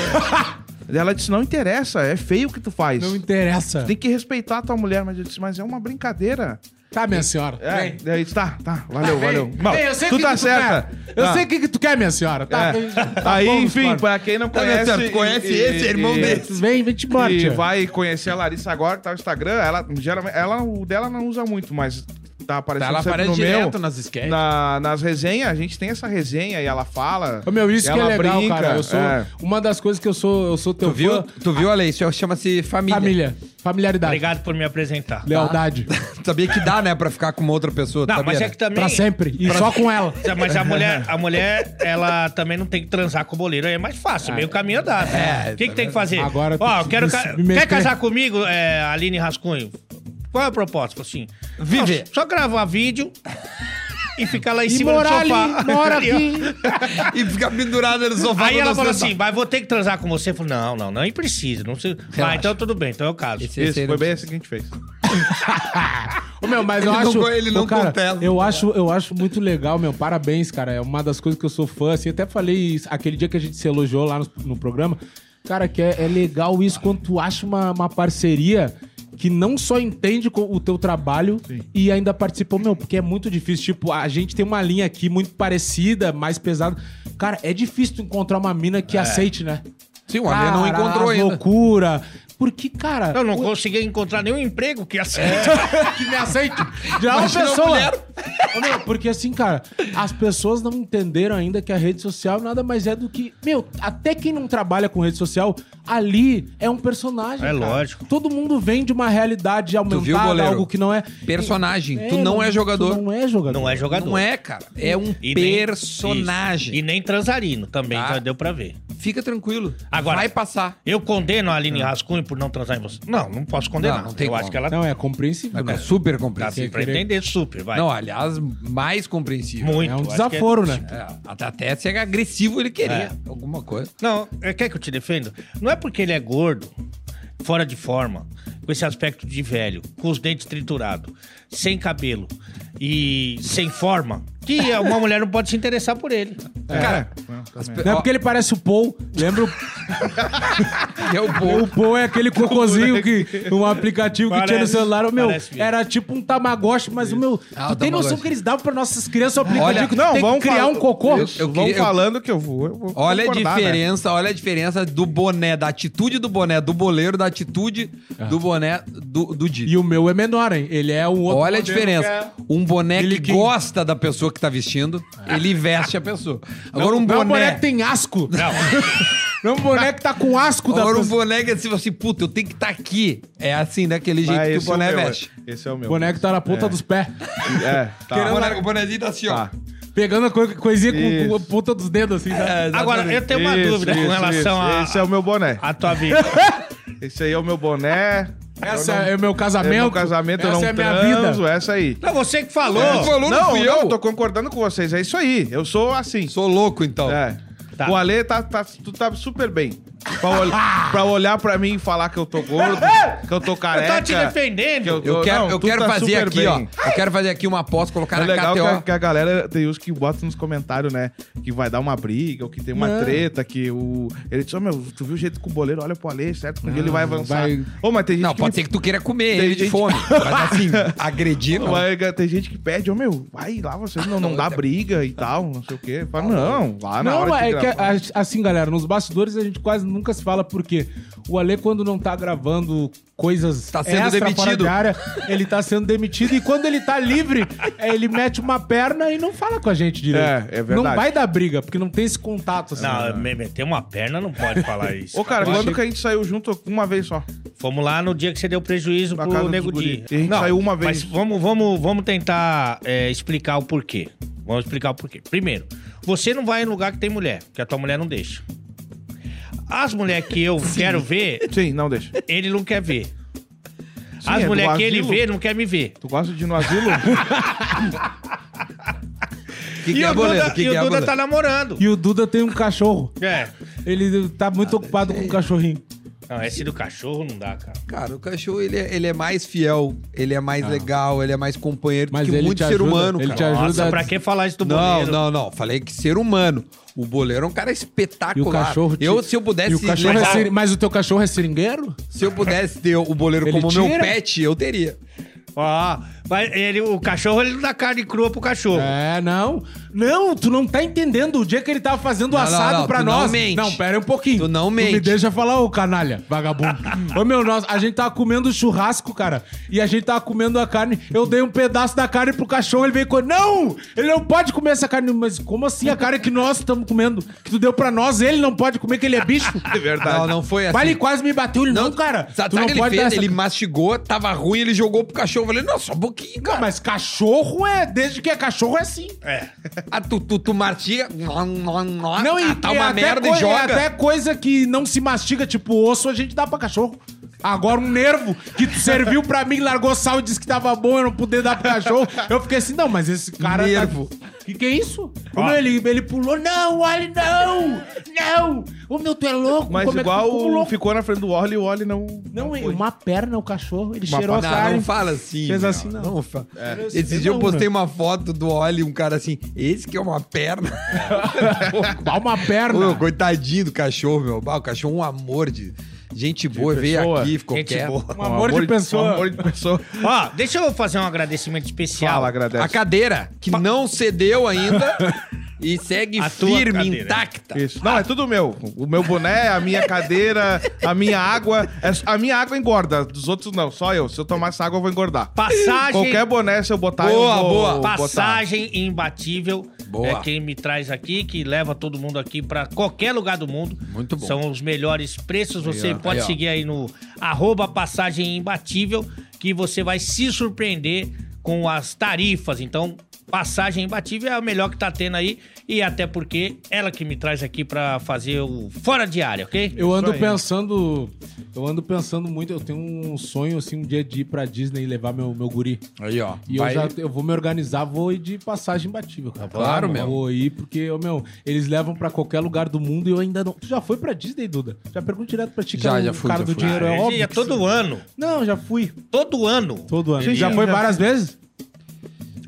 Daí ela disse, não interessa, é feio o que tu faz.
Não interessa.
Tem que respeitar a tua mulher, mas eu disse, mas é uma brincadeira.
Tá, minha senhora.
É,
Vem.
daí eu disse, tá, tá, valeu, valeu. Não,
Vem, eu sei
tu
o que
tá
que tu
certa.
quer. Eu
Tá.
sei o que, que tu quer, minha senhora. Tá,
É.
vem, tá
Aí,
bom,
enfim,
senhora.
pra quem não
Tá, minha
conhece.
senhora, tu conhece esse, é irmão dele.
Vem, vem te embora,
E
tia.
vai conhecer a Larissa agora, que tá no Instagram. Ela, geralmente, ela, o dela não usa muito, mas tá aparecendo
Ela
sempre
aparece
no
direto
meu.
nas sketches.
Na- nas resenhas, a gente tem essa resenha e ela fala.
Ô, meu, isso que é
ela
legal,
brinca,
cara. Eu sou,
é.
Uma das coisas que eu sou, eu sou teu
Tu viu,
fã.
tu viu Ale? Isso chama-se família.
Família. Familiaridade.
Obrigado por me apresentar.
Lealdade.
Sabia que dá, né, pra ficar com uma outra pessoa. tu
Não,
sabia,
mas é
né?
que também.
Pra sempre. E só com ela.
Mas a mulher, a mulher, ela também não tem que transar com o boleiro, aí é mais fácil, meio caminho andado. né? O que, que tem que fazer?
É, Agora
Ó,
tem
eu
que
quero
se-
ca-
me meter.
quer casar comigo, é, Aline Rascunho? Qual é a proposta? Falei Assim,
Viver.
não, Só gravar vídeo e ficar lá em
E
cima do
morar ali,
sofá.
mora aqui.
E fica pendurada no sofá.
tá- Aí
quando
ela
você
falou
tá-
assim, mas vou ter que transar com você? Eu falei, não, não, não precisa. Não precisa. Ah, então tudo bem, então eu caso.
Esse-
Isso,
Terceiro.
foi bem assim que a gente fez.
Ô, meu, mas
Ele
eu
não
acho.
co- ele não
Ô, cara,
contesta.
eu acho, eu acho muito legal, meu. Parabéns, cara. É uma das coisas que eu sou fã. Assim, até falei isso, aquele dia que a gente se elogiou lá no, no programa. Cara, que é, é legal isso quando tu acha uma, uma parceria que não só entende co- o teu trabalho e ainda participou, meu, porque é muito difícil. Tipo, a gente tem uma linha aqui muito parecida, mais pesada. Cara, é difícil tu encontrar uma mina
É.
que aceite, né?
Sim, o Ale não
Cara,
encontrou
a
ainda.
loucura. Porque, cara.
Eu não consegui encontrar nenhum emprego que aceite.
que me aceite. Já é uma
Imagina é uma
pessoa.
mulher.
Ô, meu, porque assim, cara, as pessoas não entenderam ainda que a rede social nada mais é do que. Meu, até quem não trabalha com rede social, ali é um personagem.
É
cara.
lógico.
Todo mundo vem de uma realidade
viu,
aumentada,
goleiro?
algo que não é.
Personagem. tu não é
Tu
jogador.
não é jogador.
Não é jogador.
Não é, cara. É um
E nem-
personagem.
isso. E nem transarino também,
Tá.
já deu pra ver.
Fica tranquilo.
Agora-
Vai passar.
Eu condeno a Aline Rascunho por não transar em você. Não, não posso condenar.
Não, não tem
Eu
como.
acho que ela
Não, é compreensível.
É
né?
super
dá
compreensível.
pra entender super, vai.
Não, aliás, mais compreensível.
Muito.
É um
acho que
desaforo, né?
É, até, até ser agressivo ele queria.
É.
Alguma coisa.
Não, é, quer que eu te defenda? Não é porque ele é gordo, fora de forma, com esse aspecto de velho, com os dentes triturados, sem cabelo e sem forma, que uma mulher não pode se interessar por ele.
Cara, as pe-
Não é
ó,
porque ele parece o Paul. Lembra? o-
é o
O
povo.
Paul é aquele cocôzinho que. Um aplicativo que tinha no
Parece-
celular. O meu,
parece mesmo.
era tipo um tamagotchi, mas o meu.
Ah, o
tu tem noção
Tamagotchi.
que eles davam pra nossas crianças o aplicativo
Olha,
que tu tem que criar
fal-
um cocô?
Isso,
Eu
vão
queria- eu-
falando que eu vou. eu vou
Olha a
concordar, né?
diferença, olha a diferença do boné, da atitude do boné, do boleiro, da atitude
É.
do boné do, do Di.
E o meu é menor, hein? Ele é um outro.
Olha a
modelo
diferença.
é
Um boné
Billy
que
King.
gosta da pessoa que tá vestindo, ele veste a pessoa.
que-
Agora
não,
um
não é um boné
boné.
que tem asco.
Não,
Não é um boné que tá com asco da
Agora um
pessoa.
boné que é assim, assim, puta, eu tenho que estar aqui. É assim, daquele jeito
Ah,
que o
esse é o
boné
meu,
veste.
Esse é o meu.
boné que tá na ponta
É.
dos pés.
É, tá.
O boné- o bonézinho tá assim, ó.
Tá.
Pegando a coi- coisinha com,
Isso.
com a ponta dos dedos, assim. né?
É,
agora, eu tenho uma
Isso,
dúvida
isso,
com relação
isso.
à
Esse é o meu boné.
a tua vida.
Esse aí é o meu boné.
Essa
Eu não-
é o meu casamento.
É meu casamento,
essa
eu não
é a minha
transo,
vida.
Essa aí.
Não, você que
Quem
é
falou.
falou, não,
não,
fui
não,
eu.
tô concordando com vocês. É isso aí. Eu sou assim.
Sou louco, então.
É.
Tá.
O Ale, tá, tá- tu tá super bem. Pra, ol- pra olhar pra mim e falar que eu tô gordo, que eu tô
Eu
careca.
tava te defendendo.
Eu quero,
não,
eu
tu
quero
tá
fazer
super
aqui,
bem.
ó. Eu quero fazer aqui uma aposta, colocar
É
na
legal que a,
KTO.
que a galera tem os que botam nos comentários, né? Que vai dar uma briga, ou que tem uma
Não.
treta, que o. Ele disse, ô meu, tu viu o jeito que o boleiro olha pro Ale, certo? Que um dia ele vai avançar.
Ah, vai-
Ô, mas tem gente
Não,
que
pode
me-
ser que tu queira comer
Tem
ele de
gente-
fome. Mas assim, agredir, não.
Mas tem gente que pede, ô meu, vai lá, você não, não dá briga e tal, Ah, não sei o quê. Fala, não, lá na
Não,
hora
é
de
que,
gravar.
a- assim, galera, nos bastidores a gente quase nunca nunca se fala por quê. O Ale, quando não tá gravando coisas
Tá sendo
extra, fora
demitido.
da área, ele tá sendo demitido. E quando ele tá livre, é, ele mete uma perna e não fala com a gente direito.
É, é verdade.
Não vai dar briga, porque não tem esse contato. Assim,
Não, me- meter uma perna não pode falar isso.
é-
Ô, cara,
Eu
quando
achei-
que a gente saiu junto uma vez só?
Fomos lá no dia que você deu prejuízo
Na casa
pro
dos
Nego
guri.
Di.
E a gente saiu uma
mas
vez.
vamos, vamos, vamos tentar é, explicar o porquê. Vamos explicar o porquê. Primeiro, você não vai em lugar que tem mulher, que a tua mulher não deixa. As mulheres que eu quero ver,
Sim, não deixa.
ele não quer ver. As
é do
mulheres que ele
asilo.
vê, não quer me ver.
Tu gosta de ir no asilo?
Que que
e
é
o
boleto?
Duda,
Que
e
que
o
é
Duda
boleto?
tá namorando.
E o Duda tem um cachorro.
É.
Ele tá muito ocupado com o cachorrinho.
Não, esse do cachorro não dá, cara.
Cara, o cachorro, ele é, ele é mais fiel, ele é
Tá.
mais legal, ele é mais companheiro
Mas
do que
ele
muito
te
ser
ajuda,
humano,
ele
cara.
te
É
ajuda.
Nossa, pra que falar isso do
Não,
boleiro?
não, não. Falei que ser humano. O boleiro é um cara espetacular.
E o cachorro. te-
Eu, se eu pudesse.
E o cachorro é
levar-
seri- Mas o teu cachorro é seringueiro?
Se eu pudesse ter o boleiro
Ele
como meu
tira?
pet, eu teria.
Ó, mas ele, o cachorro, ele não dá carne crua pro cachorro.
É, não. Não, tu não tá entendendo. O dia que ele tava fazendo o
Não, não,
assado
não,
pra
tu
nós.
não mente.
pera aí um pouquinho.
Tu não mente.
me deixa falar, ô canalha, vagabundo. ô meu, nós, a gente tava comendo churrasco, cara. E a gente tava comendo a carne. Eu dei um pedaço da carne pro cachorro, ele veio com. Não! Ele não pode comer essa carne. Mas como assim a carne que nós estamos comendo? Que tu deu pra nós, ele não pode comer, que ele é bicho?
É verdade.
Não, não foi assim.
Vai, ele quase me bateu. Ele, não, cara.
Sabe, sabe
tu não
o que ele
pode
fez?
dar essa
tá Ele mastigou, tava ruim, ele jogou pro cachorro. Eu falei, não, só um pouquinho,
Não,
cara.
mas cachorro é. Desde que é cachorro é assim.
É.
Ah, tu, tu, tu mastiga. Não,
Não, e
tá
e
uma
até
merda
coi- é
e joga.
Até coisa que não se mastiga, tipo osso, a gente dá pra cachorro. Agora um nervo que tu serviu pra mim, largou sal e disse que tava bom, eu não poder dar pro cachorro. Eu fiquei assim, não, mas esse cara. tá-
Nervo.
Que que é isso? O meu, ele, ele pulou, não, olha, não! Não! Ô meu, tu é louco,
Mas
como é que
igual
tu pulou?
ficou na frente do Wally e o Wally não.
Não, é
foi.
uma perna o cachorro, ele
Uma
cheirou a
perna.
Não,
carne.
não fala assim.
Fez
meu.
assim, não.
fa- Esse dia eu
não,
postei uma foto do Oli, um cara assim, esse que é uma perna.
Dá uma perna.
Ô, coitadinho do cachorro, meu. Bah, o cachorro é um amor de gente boa, veio
pessoa.
aqui, ficou
Gente
quieto.
boa.
Um amor de pessoa.
Um amor de pessoa.
Ó, deixa eu fazer um agradecimento especial.
Fala, agradece.
A cadeira, que não cedeu ainda e segue
A tua
firme,
cadeira.
intacta.
Isso. Não, é tudo meu. O meu boné, a minha cadeira, a minha água. É- A minha água engorda. Dos outros não, só eu. Se eu tomar essa água, eu vou engordar.
Passagem.
Qualquer boné, se eu botar,
Boa,
eu vou
boa.
botar.
Passagem imbatível.
Boa.
É quem me traz aqui, que leva todo mundo aqui pra qualquer lugar do mundo.
Muito bom.
São os melhores preços. Você
ó.
pode
Aí, ó.
seguir aí no arroba passagem imbatível, que você vai se surpreender com as tarifas. Então, passagem imbatível é a melhor que tá tendo aí. E até porque ela que me traz aqui pra fazer o fora de área, ok?
Eu ando
aí.
pensando. Eu ando pensando muito. Eu tenho um sonho, assim, um dia de ir pra Disney e levar meu, meu guri.
Aí, ó.
E
vai-
eu já eu vou me organizar, vou ir de passagem imbatível, cara.
Claro,
Vou-
meu.
Vou ir, porque, ô, meu, eles levam pra qualquer lugar do mundo e eu ainda não. Tu já foi pra Disney, Duda? Já pergunto direto pra ti, que
Já,
é um
já fui, já
cara do
fui.
dinheiro, é
Ele
óbvio.
ia
que
todo ano.
sim. Não, já fui.
Todo ano.
Todo ano.
Sim,
já
sim,
foi
já
várias vezes?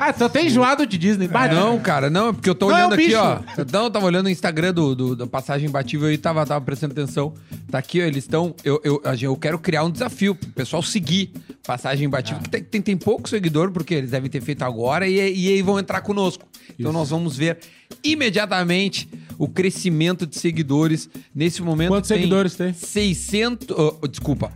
Ah, tu até enjoado de Disney. Bah,
Não, cara, não, é porque eu tô
Não,
olhando
é o
aqui,
bicho.
ó. Não, eu tava olhando o Instagram do, do- da Passagem Imbatível e tava, tava prestando atenção. Tá aqui, ó, eles estão. Eu, eu, a gente- eu quero criar um desafio pro pessoal seguir Passagem
Ah.
Imbatível, que tem, tem, tem pouco seguidor, porque eles devem ter feito agora e, e aí vão entrar conosco. Então nós vamos ver imediatamente o crescimento de seguidores. Nesse momento.
Quantos seguidores tem?
600. oh, desculpa,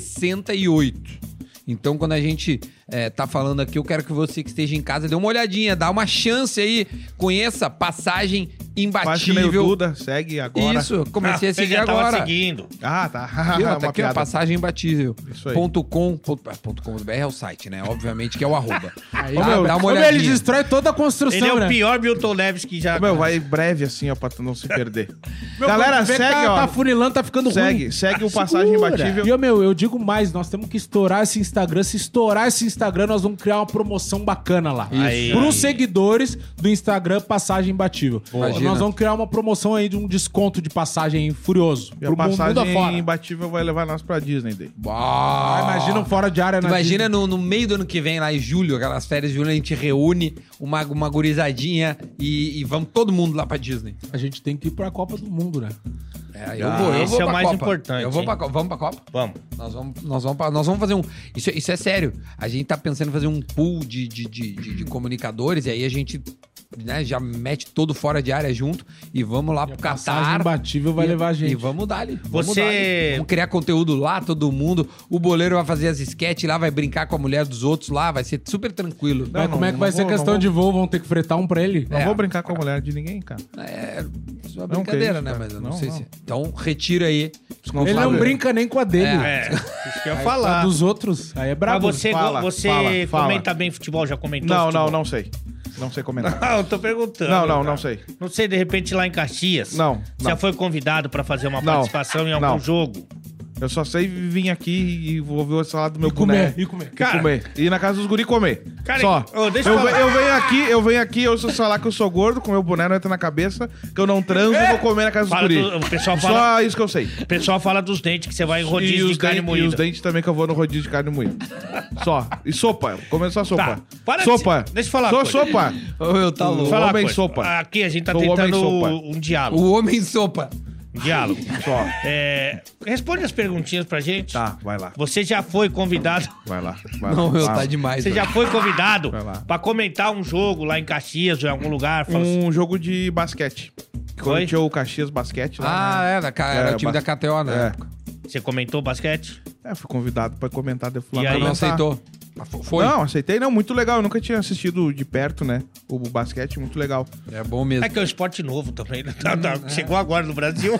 868. Então, quando a gente eh, tá falando aqui, eu quero que você que esteja em casa dê uma olhadinha, dá uma chance aí, conheça Passagem
Faz que nem o
Imbatível.
Duda, segue agora.
Isso, eu comecei
Ah,
a
você
seguir
já tava
agora.
seguindo.
Ah, tá.
Aqui, ó,
Uma
tá aqui, ó,
piada.
passagem imbatível.
Isso aí.
Ponto com, ponto, ah, ponto com .br é o site, né? Obviamente que é o arroba.
Aí,
Tá?
ô, meu,
dá uma
ô, meu,
olhadinha.
ele destrói toda a construção,
Ele é
né?
o pior Milton Neves que já.
Meu, vai breve assim, ó, pra tu não se perder.
Meu,
Galera,
quando vê,
segue,
tá,
ó.
Tá funilando, tá ficando ruim.
Segue, segue o Passagem
Segura.
Imbatível.
E, ó, meu, eu digo mais, nós temos que estourar esse Instagram. Se estourar esse Instagram, nós vamos criar uma promoção bacana lá.
Isso. Aí.
Pros seguidores do Instagram Passagem Imbatível.
Imagina.
Nós vamos criar uma promoção aí de um desconto de passagem furioso.
E a
Pro mundo
passagem
afora.
imbatível vai levar nós pra Disney daí.
Bah!
Ah, imagina um fora de área
Tu
na
Imagina
Disney.
no, no meio do ano que vem, lá em julho, aquelas férias de julho, a gente reúne uma, uma gurizadinha e, e vamos todo mundo lá pra Disney.
A gente tem que ir pra Copa do Mundo, né?
É, eu
Ah,
vou, eu
esse
vou
é o
pra
mais
Copa.
importante,
Eu vou
hein?
pra Copa. Vamos pra Copa?
Vamos.
Nós vamos, nós vamos, pra- nós vamos fazer um. Isso, isso é sério. A gente tá pensando em fazer um pool de, de, de, de- de comunicadores e aí a gente né, já mete todo fora de área junto e vamos lá pro
Passagem
Catar.
imbatível vai
E-
levar a gente.
E vamos dar ali. Vamos
Você-
dali. Vamos criar conteúdo lá, todo mundo. O boleiro vai fazer as sketches lá, vai brincar com a mulher dos outros lá, vai ser super tranquilo.
Mas
Não,
como é
não, não
que vai ser a
vou,
questão
não
de voo? Vão ter que fretar um pra ele?
Não
É.
vou brincar com a mulher de ninguém, cara.
É, isso é uma
Não,
brincadeira,
que isso,
né?
cara.
Mas eu não,
Não,
sei
não.
se. Então, retira aí.
Ele não brinca nem com a dele.
É, isso que eu ia
tá
A
falar.
dos outros, aí é brabo.
Mas você,
Fala,
você
fala, fala.
comenta bem futebol, já comentou?
Não,
futebol?
não, não sei. Não sei comentar.
Não, então. eu tô perguntando.
Não, não,
cara.
não sei.
Não sei, de repente lá em Caxias.
Não,
Você já
não.
foi convidado pra fazer uma
Não,
participação em algum
não.
jogo?
Eu só sei vir aqui e vou ver o salário do meu
E comer,
boneco.
e comer.
E
Cara-
comer. E ir na casa dos guri comer.
Cara,
só.
ô, deixa eu
eu,
falar.
ve- eu venho aqui, eu venho aqui, eu sou falar que eu sou gordo, com meu boné não entra na cabeça, que eu não transo, vou comer na casa dos
É! Fala
guri.
do- o pessoal
só
fala-
isso que eu sei.
O pessoal fala dos dentes que você vai em rodízio de
os
carne
dentes- e os
moída.
dentes também que eu vou no rodízio de carne moída. Só. E sopa. Comendo só sopa.
Tá. Para de
sopa.
se- deixa eu falar
Só
uma coisa.
sopa.
Eu tá
o
louco.
Fala uma
homem
coisa.
sopa.
Aqui a gente tá
Do homem
tentando
sopa.
um diálogo.
O homem sopa.
Um diálogo.
Só.
É, responde as perguntinhas pra gente.
Tá, vai lá.
Você já foi convidado.
Vai lá. Vai
Não,
lá.
eu
Vai
tá
lá.
demais.
Você já foi convidado
Vai lá.
pra comentar um jogo lá em Caxias ou em algum lugar? Fala assim,
Um jogo de basquete.
Foi?
Quando tinha o Caxias Basquete lá.
Ah,
né?
era, cara, era
É,
o time
bas-
da KTO, né?
É.
Você comentou basquete?
É, fui convidado pra comentar de
E
Flamengo.
aí?
Não
Tá.
aceitou. Mas fo- Foi.
Não, aceitei, não. Muito legal. Eu nunca tinha assistido de perto, né? O basquete, muito legal.
É bom mesmo.
É que é um esporte novo também. né? Tá- tá- Chegou agora no Brasil.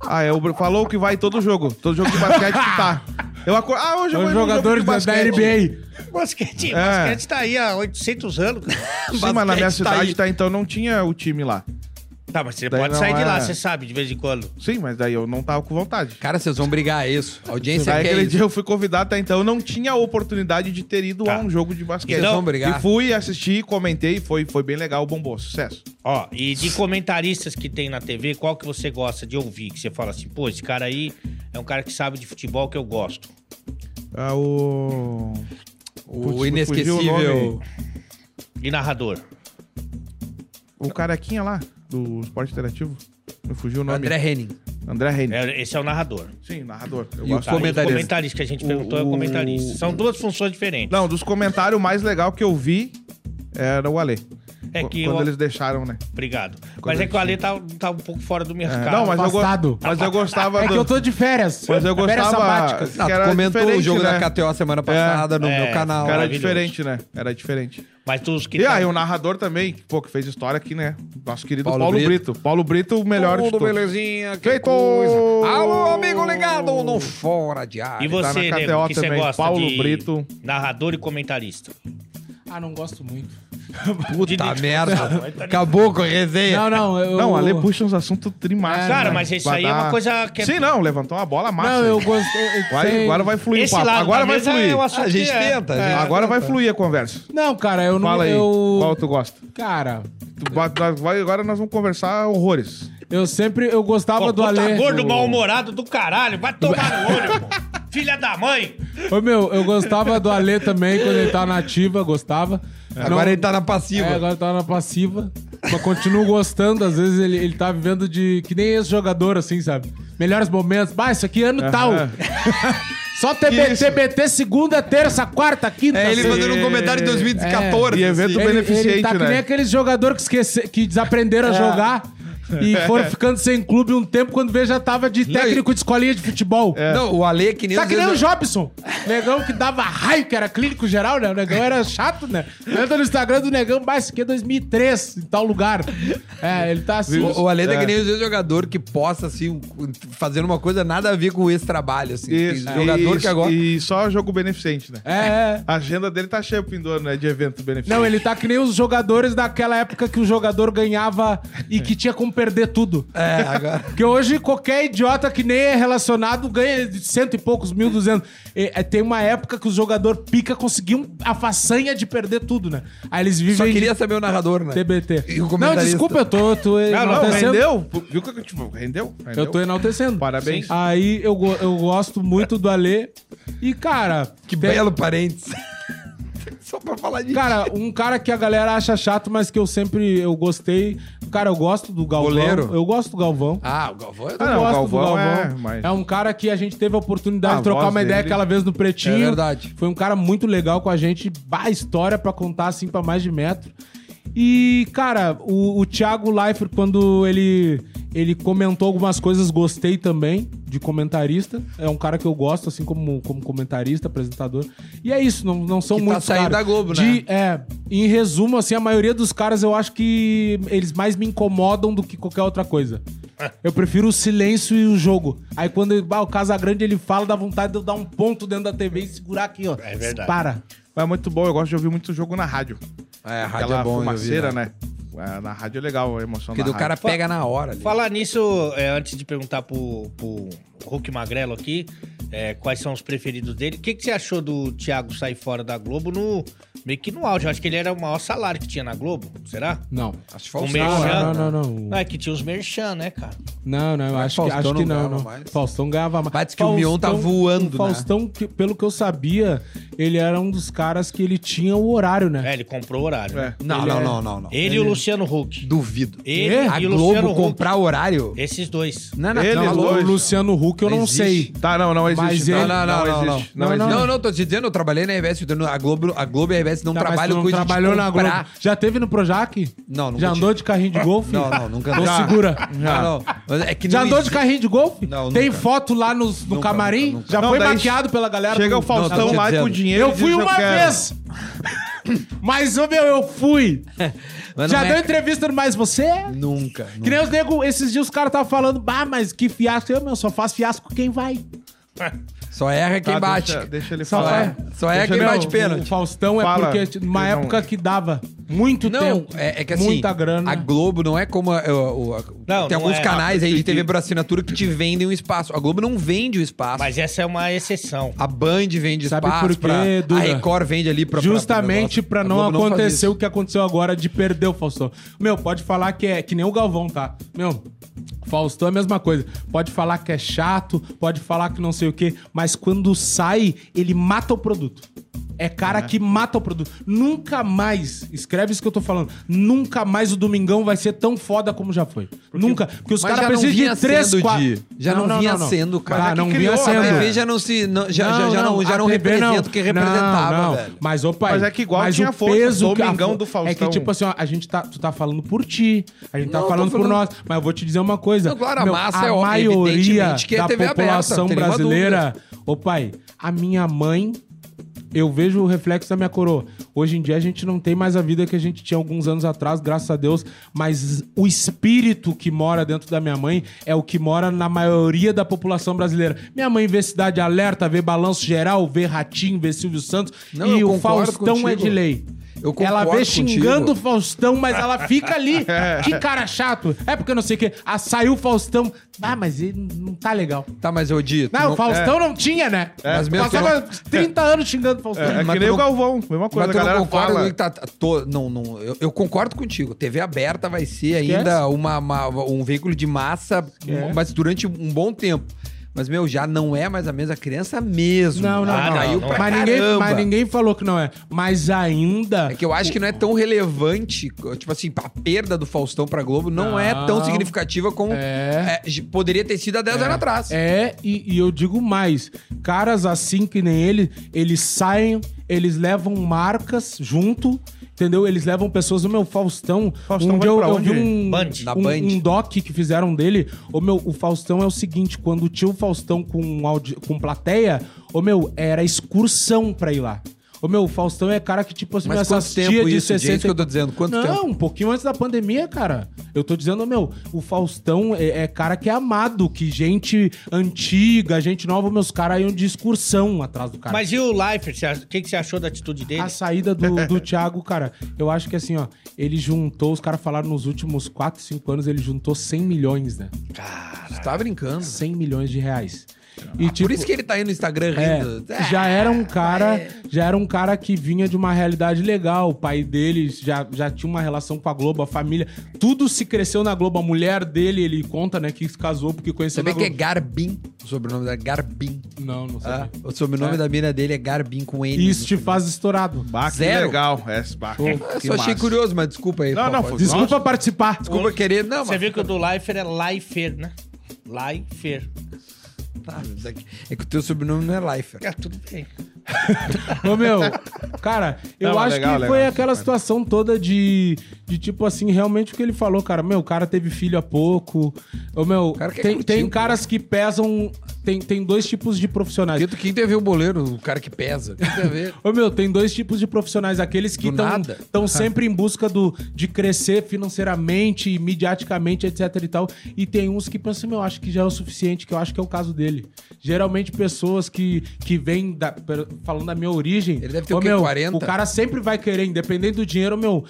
Ah, é, o- falou que vai todo jogo. Todo jogo de basquete que tá. Eu acor... Ah, hoje
É
eu
um
vou no
jogador
jogo de
da, da
basquete.
NBA.
basquete,
É.
basquete tá aí há 800 anos. cara.
Sim, mas na minha
Basquete tá
cidade
aí.
tá, então não tinha o time lá.
Tá, mas você
Daí
pode
não
sair de lá,
é.
você sabe, de vez em quando.
Sim, mas daí eu não tava com vontade.
Cara, vocês vão brigar, é isso. A audiência
Daí
quer
aquele
isso.
dia eu fui convidado, tá? Então eu não tinha a oportunidade de ter ido
Tá.
a um jogo de basquete.
Vocês
Então,
vão
e
brigar.
fui, assisti, comentei, foi, foi bem legal, bombou, sucesso.
Ó, e de comentaristas que tem na TV, qual que você gosta de ouvir? Que você fala assim, pô, esse cara aí é um cara que sabe de futebol que eu gosto.
Ah, o...
O
Putz, me fugiu o
inesquecível.
nome.
E narrador.
o carequinha lá, do esporte interativo. Me fugiu o nome.
André Henning.
André Reine.
É, Esse é o narrador. tá?
Sim, narrador. Eu
E
gosto.
o
e
Comentarista.
O comentarista que a gente perguntou é o
O-
comentarista. São duas funções diferentes.
Não, dos comentários, o mais legal que eu vi era o Ale.
É
Qu-
que
Quando
eu-
eles deixaram, né?
Obrigado. Mas é que o Ale tá, tá um pouco fora do
É,
mercado.
não, mas eu, go-
afastado.
mas eu gostava
É
do...
que eu tô de férias.
Mas eu
Férias
gostava...
sabáticas.
Ah,
que
tu
era
comentou o
diferente,
jogo
né?
da KTO semana passada no
É,
meu canal.
Que Era
Maravilhoso.
diferente, né? Era diferente.
Mas os que tá-
E aí,
tão-
o narrador também, que, pô, que fez história aqui, né? Nosso querido
Paulo
Paulo,
Brito.
Brito. Paulo Brito, o melhor de
Tudo
todos.
belezinha, que
Feito!
coisa. Alô, amigo ligado no Fora de Área.
E
tá
você,
na
Nego,
KTO
o que você
também,
gosta
Paulo
de
Brito.
narrador e comentarista?
Ah, não gosto muito.
Puta Tá merda. Acabou com a resenha.
Não, não, eu...
Não, o Ale puxa uns assuntos trimassa.
Cara,
né?
mas isso
Vai
aí é uma coisa que é-
Sim, não, levantou uma bola massa.
Não, eu
aí.
gostei... eu
Vai-
sei.
agora vai fluir
Esse
o papo.
lado da
Agora vai
mesa
fluir.
é o assunto
A gente
que é-
tenta. a gente-
Agora vai fluir a conversa.
Não, cara, eu não...
Fala aí,
eu...
qual tu gosta?
Cara,
Tu ba- nós vai- agora nós vamos conversar horrores.
eu sempre... Eu gostava
Pô,
do Ale...
tá gordo, mal-humorado do caralho. Vai tomar no olho, pô. Filha da mãe.
Ô, meu, eu gostava do Ale também, quando ele tava na ativa, gostava.
É,
Agora ele tá na passiva.
É, agora tá na passiva. Mas continuo gostando, às vezes ele, ele tá vivendo de. que nem esse jogador, assim, sabe? Melhores momentos. Bah, isso aqui é ano tal. Só TBT,
isso?
TBT, segunda, terça, quarta, quinta.
É, ele
sexta.
mandando um comentário em 2014.
É, e evento-
Ele-
beneficente,
ele tá que
né?
nem aqueles jogadores que, esquece, que desaprenderam a jogar e foram ficando sem clube um tempo, quando vê já tava de
e-
técnico de escolinha de futebol.
É. Não, o Ale que nem...
Tá
às
que nem o
vezes-
Jobson. Negão que dava raio, que era clínico geral, né? O negão era chato, né? Entra no Instagram do negão, mas isso aqui é 2003, em tal lugar. É, ele tá assim.
O, o Ale
É.
tá que nem o jogador que posta, assim, um- fazendo uma coisa nada a ver com esse trabalho, assim.
Isso,
Tem jogador
isso,
que agora...
E só jogo beneficente, né?
É, é.
A agenda dele tá cheia pro fim do ano, né? De evento beneficente.
Não, ele tá que nem os jogadores daquela época que o jogador ganhava e que tinha como perder tudo.
É, agora...
Porque hoje qualquer idiota que nem é relacionado ganha de cento e poucos mil, duzentos. E, é, tem uma época que o jogador pica conseguiu um, a façanha de perder tudo, né? Aí eles vivem
Só
de-
queria saber o narrador, né? E
TBT.
o
Não,
comentarista.
desculpa, eu tô, eu tô
Não, não,
enaltecendo.
rendeu. Viu que eu, tipo, rendeu? rendeu.
eu tô enaltecendo.
Parabéns.
Aí eu, go- eu gosto muito do Alê. E, cara.
Que
tem-
belo parênteses. Só pra falar disso.
Cara, um cara que a galera acha chato, mas que eu sempre eu gostei. Cara, eu gosto do Galvão.
Goleiro?
Eu gosto do Galvão.
Ah, o Galvão é...
Ah,
eu
não, o
gosto
Galvão
do um Galvão. É,
é, mas-
um cara que a gente teve a oportunidade
A
de trocar
voz
uma ideia
dele-
aquela vez no Pretinho.
É verdade.
Foi um cara muito legal com a gente, bah, história pra contar assim pra mais de metro. E, cara, o, o Thiago Leifert, quando ele, ele comentou algumas coisas, gostei também de comentarista. É um cara que eu gosto, assim, como, como comentarista, apresentador. E é isso, não, não são
Que tá
muitos
saindo
caras.
da Globo, né?
De- é, em resumo, assim, a maioria dos caras eu acho que eles mais me incomodam do que qualquer outra coisa.
É.
Eu prefiro o silêncio e o jogo. Aí quando ah, o Casagrande ele fala, dá vontade de eu dar um ponto dentro da TV e segurar aqui, ó.
É verdade.
Para.
Mas é muito bom, eu gosto de ouvir muito jogo na rádio.
É, a rádio
Aquela
é bom, eu ouvi,
fumaceira, né? É, na rádio é legal a emoção
Porque
da
do cara
rádio.
pega na hora. ali.
Falar nisso, é, antes de perguntar pro, pro Hulk Magrelo aqui, é, quais são os preferidos dele, o que, que você achou do Thiago sair fora da Globo no meio que no auge? Eu acho que ele era o maior salário que tinha na Globo, será?
Não.
Acho que
Com
Faustão,
Não,
né?
merchan?
não, não, não.
Não, é que tinha os merchan, né, cara?
Não, não, eu
Mas
acho que,
Faustão
acho que
não
não,
ganhava
não.
mais.
Faustão ganhava mais.
Mas diz que o Mion tá voando, né?
o Faustão, que- pelo que eu sabia, ele era um dos caras que ele tinha o horário, né?
É, ele comprou o horário. né?
Não,
Ele
não,
é-
não, não, não.
Ele e o Luciano Huck.
Duvido.
Ele
a
e o
Globo
Luciano Huck.
comprar hurário?
Esses dois.
Não, não,
Ele,
é
não,
Não, tá
alô,
dois.
o Luciano Huck eu
Não
não,
existe.
sei.
Tá, não, não existe.
Mas
então.
ele-
Não, não, não,
existe, não,
não,
existe.
não.
Não, não, tô te dizendo, eu trabalhei na RBS, eu tô no- a Globo, a Globo e a RBS não
Tá, mas tu
trabalham
não
com isso de
trabalhou na Globo.
comprar.
Já teve no Projac?
Não, nunca
Já andou
tive.
de carrinho de golfe?
Não, não, nunca
Então
andei.
segura.
Já. Não, não. Mas é que
Já
não
andou de
existe.
carrinho de golfe?
Não,
Tem
nunca.
foto lá nos- no
Nunca,
camarim?
nunca, nunca.
Já
Não,
foi
daí
maqueado pela galera.
Chega
do-
o Faustão
Não, tô
lá
te
com o
dizendo.
dinheiro.
Eu
e
fui
diz,
uma
quero.
vez! Mas, ô meu, eu fui!
Mas
Já
não é-
deu entrevista no Mais Você?
Nunca. nunca.
Que nem os nego, esses dias os caras estavam falando, bah, mas que fiasco. Eu, meu, só faz fiasco quem vai.
Só erra quem
Tá,
bate.
Deixa, deixa ele
Só
falar.
é. Só é quem
Meu,
bate
O
pênalti.
Faustão é
Fala.
porque numa
Ele não-
época que dava muito
Não,
tempo,
é, é que assim,
muita grana.
a Globo não é como. a- o- o-
Não,
tem
não
alguns
é.
canais aí de TV por assinatura que te vendem um espaço. A Globo não vende o espaço.
Mas essa é uma exceção.
A Band vende
Sabe
espaço
por quê,
pra-
Duda?
A Record vende ali pra pra-
Justamente
pra
pra
negócio.
não
A Globo faz
acontecer o
isso.
que aconteceu agora de perder o Faustão. Meu, pode falar que é que nem o Galvão, tá? Meu, Faustão é a mesma coisa. Pode falar que é chato, pode falar que não sei o quê, mas quando sai, ele mata o produto. É cara que mata o produto. Nunca mais, escreve isso que eu tô falando, nunca mais o Domingão vai ser tão foda como já foi. nunca. Porque os
Mas
caras
já não
precisam
vinha
de três,
sendo,
quatro...
Di. Já não vinha sendo, cara.
Ah,
Mas é
não
que
vinha
criou,
A
sendo.
né?
TV já não se. não- já, já, já não, já
a
não
TV
representa o que
não,
representava,
não.
velho.
Mas, opa,
Mas é que igual tinha força, Domingão do Faustão.
É que, tipo assim, ó, a gente tá, tu tá falando por ti, a gente tá
Não, eu tô
falando, por
falando-
nós, mas eu vou te dizer uma coisa.
Não, claro, a massa é
a
óbvia,
maioria
evidentemente que é
da
TV aberta,
população
não tem nenhuma
brasileira... Ô, pai, a minha mãe... Eu vejo o reflexo da minha coroa. Hoje em dia a gente não tem mais a vida que a gente tinha alguns anos atrás, graças a Deus, mas o espírito que mora dentro da minha mãe é o que mora na maioria da população brasileira. Minha mãe vê Cidade Alerta, vê Balanço Geral, vê Ratinho, vê Silvio Santos
Não,
e
eu
o
concordo
Faustão é
contigo.
de lei.
Eu concordo
ela vê
contigo.
xingando o Faustão, mas ela fica ali. que cara chato. É porque eu não sei o quê. Ah, saiu o Faustão. Ah, mas ele não tá legal.
Tá, mas eu dito.
Não, o
é.
Faustão não tinha, né?
Mas mesmo
Passava 30 anos xingando o Faustão.
É, é
Mas
que
tu
nem
não-
o Galvão, mesma coisa, a
Mas tu não
galera
concorda
fala.
comigo que tá- tá- tô- não, não, eu, eu concordo contigo. TV aberta vai ser
Esquece.
ainda uma- uma- um veículo de massa, mas durante um bom tempo. Mas, meu, já não é mais a mesma criança mesmo.
Não, não,
Ah,
não.
Caiu
não
pra
é.
mas, ninguém,
caramba.
mas ninguém falou que não é. Mas ainda.
É que eu acho que não é tão relevante, tipo assim, a perda do Faustão pra Globo não, é tão
Não.
significativa como
É.
é, poderia ter sido há 10 anos atrás.
É, e, e eu digo mais: caras assim que nem ele, eles saem, eles levam marcas junto. Entendeu? Eles levam pessoas. O meu Faustão.
Faustão
um
vai
dia eu,
pra
eu
onde?
vi um,
Band.
Na
um,
Band.
um doc que fizeram dele. O meu, o Faustão é o seguinte: quando tinha o Faustão com, um audi- com plateia, o meu, era excursão pra ir lá. O meu, o Faustão é cara que, tipo assim,
Mas
essas
quanto tempo
tia de
isso, Di? É
60
isso que eu tô dizendo, quanto
Não,
tempo?
um pouquinho antes da pandemia, cara. Eu tô dizendo, meu, o Faustão é, é cara que é amado, que gente antiga, gente nova, meus caras iam de excursão atrás do cara. Assim,
Mas e o Leifert? Você acha- O que, que você achou da atitude dele?
A saída do, do Thiago, cara, eu acho que assim, ó, ele juntou, os caras falaram nos últimos 4, 5 anos, ele juntou 100 milhões, né?
Você tá brincando.
100 milhões de reais. E, tipo,
Por isso que ele tá aí no Instagram rindo. Ah,
É, já era um cara, já era um cara que vinha de uma realidade legal. O pai dele já, já tinha uma relação com a Globo, a família, tudo se cresceu na Globo. A mulher dele, ele conta, né, que se casou porque conheceu
Sabia
na
que é
Globo.
Garbin? O sobrenome da Garbin.
Não, não
Ah,
sabia.
o sobrenome
É.
da mina dele é Garbin com N.
Isso te faz estourado.
Bah, que
Zero.
legal. É, bah, que-
Eu
que
só achei
massa.
curioso, mas desculpa aí.
Não, não,
foi.
foi-
Desculpa participar.
Desculpa querer. Não,
Você
mas.
viu que o do Leifert é Leifert, né? Leifert.
tá, mas é, que, é que o teu sobrenome não é Life.
É, tudo bem.
Ô, meu, cara, eu
Não, mas
acho
legal,
que
legal.
foi aquela situação toda de, De tipo assim, realmente o que ele falou, cara. Meu, o cara teve filho há pouco. Ô, meu,
cara que é
tem,
contigo,
tem caras que pesam. Tem, tem dois tipos de profissionais.
Quem, quem tem a é ver o boleiro, o cara que pesa? Quem tem a ver?
Ô meu, tem dois tipos de profissionais. Aqueles que
Do nada. Ah.
estão sempre em busca do, de crescer financeiramente, midiaticamente, etc e tal. E tem uns que pensam, meu, acho que já é o suficiente, que eu acho que é o caso dele. Geralmente pessoas que, que vêm, da- per- falando da minha origem...
Ele deve ter
ô,
o quê,
meu,
40?
O cara sempre vai querer, independente do dinheiro, meu,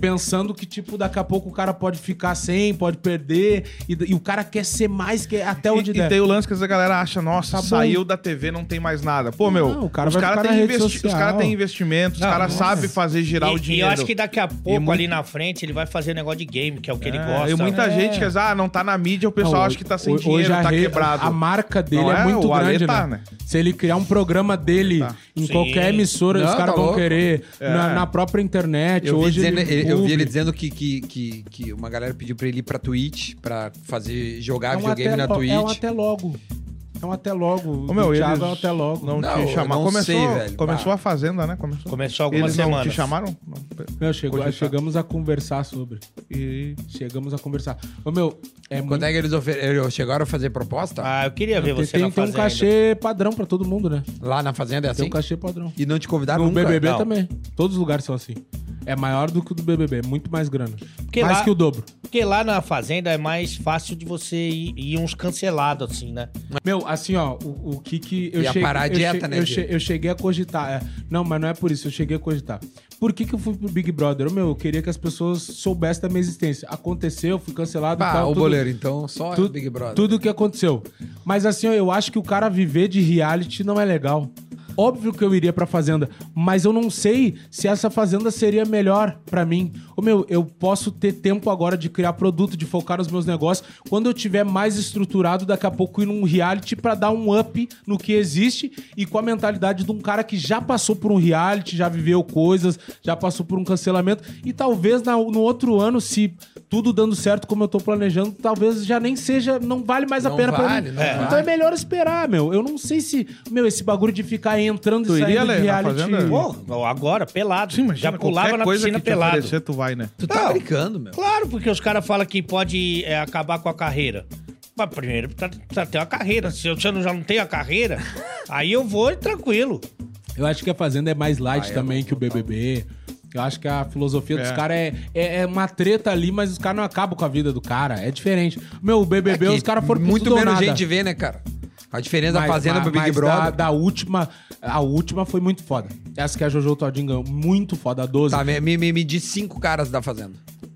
pensando que, tipo, daqui a pouco o cara pode ficar sem, pode perder. E, e o cara quer ser mais, que até onde
e,
der.
e tem o lance que essa galera acha, nossa,
Tá bom.
saiu da TV, não tem mais nada. Pô, meu,
Não, o cara
os
vai
caras
ficar
têm
na rede
investi os
social.
cara tem investimentos, os
Não,
caras
nossa.
sabem fazer girar
e,
o
e
dinheiro.
eu acho que daqui a pouco,
muito-
ali na frente, ele vai fazer negócio de game, que é o que ele
É,
gosta.
E muita
né?
gente que diz, ah, não tá na mídia, o pessoal
Não,
acha que tá sem
hoje
dinheiro,
a
tá
re-
quebrado.
A marca dele
Não
é,
é?
muito
O Ale
grande,
tá,
né?
né?
Se ele criar um programa dele
Tá.
em
Sim.
qualquer emissora,
Não,
os caras
tá
vão
louco.
querer
É.
na, na própria internet.
Eu vi,
hoje
dizendo- ele- eu vi ele
publica.
dizendo que, que, que, que uma galera pediu pra ele ir pra Twitch, pra fazer, jogar
É um
videogame
até
na
lo-
Twitch.
É um até logo. É um até logo.
Ô, meu,
o
eles
Thiago é um até logo.
Não,
Não, eu
te chamaram.
não
Começou,
sei, velho.
começou
Bah.
a Fazenda, né? Começou.
Começou algumas
Eles não
semanas.
te chamaram? Não.
Meu, chegou-
Cogitar.
chegamos a conversar sobre.
E...
Chegamos a conversar. Ô, meu, é
Quando
muito...
é que eles ofer- eles chegaram a fazer proposta?
Ah, eu queria ver você
tem,
na
tem um
fazenda.
cachê padrão pra todo mundo, né?
Lá na fazenda é
Tem
assim?
um cachê padrão.
E não te convidaram
Ah, No
nunca?
BBB
Não.
também. Todos os lugares são assim. É maior do que o do BBB, é muito mais grana.
Porque
mais
lá-
que o dobro.
Porque lá na fazenda é mais fácil de você ir, ir uns cancelados, assim, né?
Meu, assim, ó, o, o que que... Eu
Ia
cheguei-
parar a
eu
dieta,
che-
né,
Eu,
Gê?
che- eu cheguei a cogitar. é. Não, mas não é por isso, eu cheguei a cogitar. Por que que eu fui pro Big Brother? Meu, eu queria que as pessoas soubessem da minha existência. Aconteceu, fui cancelado e
Pá,
tal,
Ah, o
Tá tudo-
boleiro, então só é
tu-
Big Brother.
Tudo que aconteceu. Mas assim, ó, eu acho que o cara viver de reality não é legal. Óbvio que eu iria pra fazenda, mas eu não sei se essa fazenda seria melhor pra mim. Ô meu, eu posso ter tempo agora de criar produto, de focar nos meus negócios. Quando eu tiver mais estruturado, daqui a pouco ir num reality pra dar um up no que existe e com a mentalidade de um cara que já passou por um reality, já viveu coisas, já passou por um cancelamento e talvez na- no outro ano, se tudo dando certo como eu tô planejando, talvez já nem seja, não vale mais a
Não
pena pra
vale,
mim.
não
então
vale.
é melhor esperar, meu. Eu não sei se, meu, esse bagulho de ficar entrando
Tu
e
iria,
saindo
Lê,
de
na
reality.
Fazenda?
Pô, agora, pelado. Já pulava
qualquer
na
coisa
piscina
que te
pelado.
oferecer, tu vai, né?
Tu tá
Não.
brincando, meu.
Claro, porque os caras falam que pode é, acabar com a carreira. Mas primeiro precisa ter uma carreira. Se eu, se eu não- já não tenho a carreira, aí eu vou tranquilo.
Eu acho que a Fazenda é mais light
Ah,
também que o BBB. Eu acho que a filosofia dos
É.
caras é, é, é uma treta ali, mas os caras não acabam com a vida do cara. É diferente. Meu, o BBB,
Aqui,
os caras foram pro
É Muito
tudo ou
menos
nada.
gente vê, né, cara? A diferença da
Mas-
fazenda
mas-
pro Big
mas Da,
Brother.
da última, a última foi muito foda. Essa que a Jojo Todinho ganhou, muito foda, a 12.
Tá, me, me, me, me diz cinco caras da fazenda.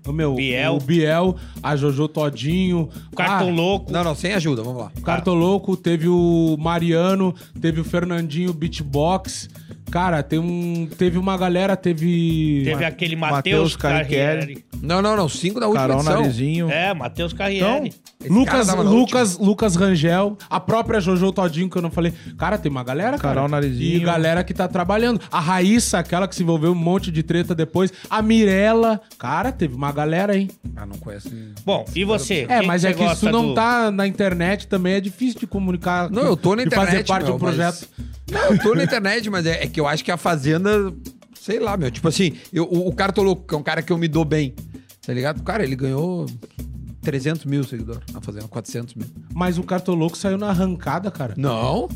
O meu,
Biel.
o Biel, a Jojo Todinho,
O cartão
ah,
louco.
Não, não, sem ajuda, vamos lá.
o Cartão Louco, teve o Mariano, teve o Fernandinho Beatbox. Cara, tem um, teve uma galera, teve
Teve aquele Matheus
Mateus
Carriere.
Não, não, não, cinco da última
Carol
edição.
Narizinho.
É, Matheus
Então,
Carriere.
Esse cara
Lucas,
tava na
Lucas, Lucas Rangel, a própria Jojo Todinho que eu não falei. Cara, tem uma galera, cara.
Carol Narizinho.
E galera que tá trabalhando. A Raíssa, aquela que se envolveu em um monte de treta depois. A Mirella. Cara, teve uma galera, hein?
Ah, não conheço. ninguém.
Bom, e você?
É,
Quem
mas é
você
que isso
gosta
não
do- Ah,
tá na internet também, é difícil de comunicar.
Não, eu tô na
de
internet.
fazer parte
meu,
de um projeto.
Mas... Não, eu tô na internet, mas é, é que eu acho que a Fazenda, sei lá, meu. Tipo assim, eu, o, o cara tô louco, que é um cara que eu me dou bem. Tá ligado? Cara, ele ganhou 300 mil seguidores na Fazenda, 400 mil.
Mas o Cartoloco saiu na arrancada, cara.
Não.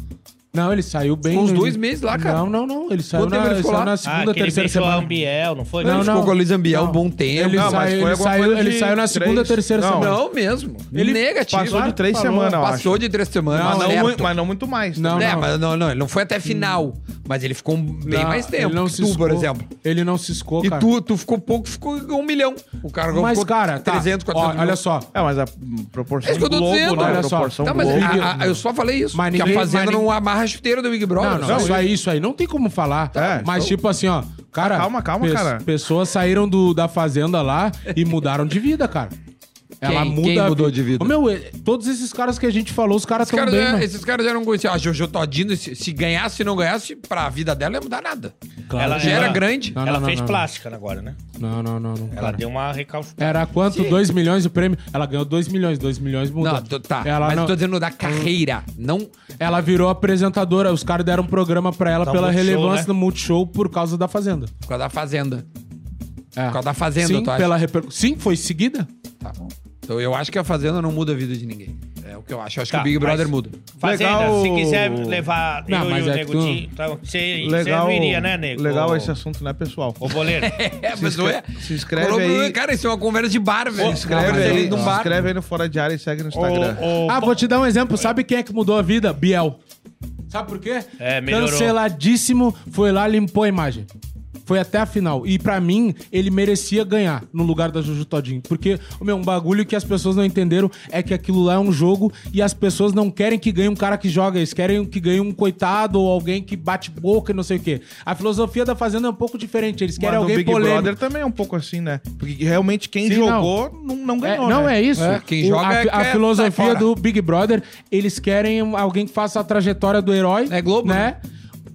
Não, ele saiu bem.
Ficou uns
no-
dois meses lá, cara.
Não, não, não. Ele saiu,
Quanto tempo
na,
ele
ele
ficou
saiu
lá? um
na
Ah,
segunda,
que ele
terceira
beijou a
semana.
Ambiel, não foi?
Ele
Não,
ficou
não.
com a Luiz Ambiel
Não.
um bom tempo.
Ele
Não,
mas
saiu,
foi
ele
alguma
saiu,
coisa
ele
de
saiu na segunda,
três.
terceira
Não.
semana.
Não mesmo.
Ele
Negativo.
Passou de três
Falou,
semanas, eu
Passou
acho.
de três semanas.
Mas não,
certo.
muito, mas não muito mais. né?
Não,
também.
É, mas não, não, ele não foi até final. Mas ele ficou bem
Não,
mais tempo.
Ele não
que
se
tu,
escou,
por exemplo.
Ele não se escou,
E
cara.
tu, tu ficou pouco, ficou um milhão. O cara
Mas,
ficou
cara, tá.
300, 400
Ó,
mil.
Olha só.
É, mas a
É
proporção
isso que eu tô
Globo,
dizendo,
né?
olha
A
só.
proporção
Tá, mas
Globo.
a- a- eu só falei isso.
Mas
que a
ninguém-
Fazenda
mas
não
ninguém-
amarra a chuteira do Big
Não,
Brother.
não,
sabe?
isso aí, isso aí. Não tem como falar.
É,
mas, tipo assim, ó. Cara,
Calma, calma, cara.
Pessoas saíram do, da fazenda lá e mudaram de vida, cara. Ela
Quem-
muda.
quem
a
mudou
vi-
de vida?
Ô, meu, eh, todos esses caras que a gente falou, os caras
Esses
estão
caras é-
bem, né?
já-
mano.
esses caras já não conheciam. A Jojo Todino, se, se ganhasse, se não ganhasse, pra vida dela não ia mudar nada.
Claro.
Ela já era grande.
Não,
ela
não,
fez
não, não.
plástica agora, né?
Não, não, não, não.
Ela
cara.
deu uma recalcitrada.
Era quanto? 2 milhões o prêmio? Ela ganhou 2 milhões, 2 milhões mudou.
Não, tô- tá.
Ela,
mas
não-
eu tô dizendo da carreira. Não.
ela virou apresentadora, os caras
Tá
deram um programa pra ela
Dá um
pela
Multishow,
relevância
né?
do Multishow por causa da Fazenda.
Por causa da Fazenda.
É.
Por causa da fazenda,
Sim,
tu acha?
pela reper... Sim, foi seguida.
Tá bom. Então eu acho que a fazenda não muda a vida de ninguém. É o que eu acho. Eu acho
Tá,
que o Big Brother
mas-
muda.
Fazenda,
Legal.
se quiser levar
Não,
eu
mas
e o
é
Nego
que tu-
Di, então, você,
Legal,
você não iria, né, Nego?
legal esse assunto, né, pessoal?
Ô, boleiro.
É, mas não é.
se inscreve
Colombo não é-
aí.
Cara, isso é uma conversa de bar, velho.
Se inscreve,
Uma conversa
aí,
de um
se
bar.
inscreve aí no Fora de Área e segue no Instagram.
Ô, ô,
Ah, vou te dar um exemplo. Sabe quem é que mudou a vida? Biel. Sabe por quê?
É, melhorou.
Canceladíssimo, foi lá, limpou a imagem. Foi até a final. E pra mim, ele merecia ganhar no lugar da Juju Todinho. Porque, meu, um bagulho que as pessoas não entenderam é que aquilo lá é um jogo e as pessoas não querem que ganhe um cara que joga. Eles querem que ganhe um coitado ou alguém que bate boca e não sei o quê. A filosofia da Fazenda é um pouco diferente. Eles querem
Mas no
alguém
Big
polêmico.
Brother também é um pouco assim, né? Porque realmente quem
Sim,
jogou não, não
É,
ganhou,
não
né?
é isso.
É, quem
O-
joga
a,
é que
a
é- sai
filosofia
fora.
do Big Brother, eles querem um- alguém que faça a trajetória do herói.
É Globo,
né?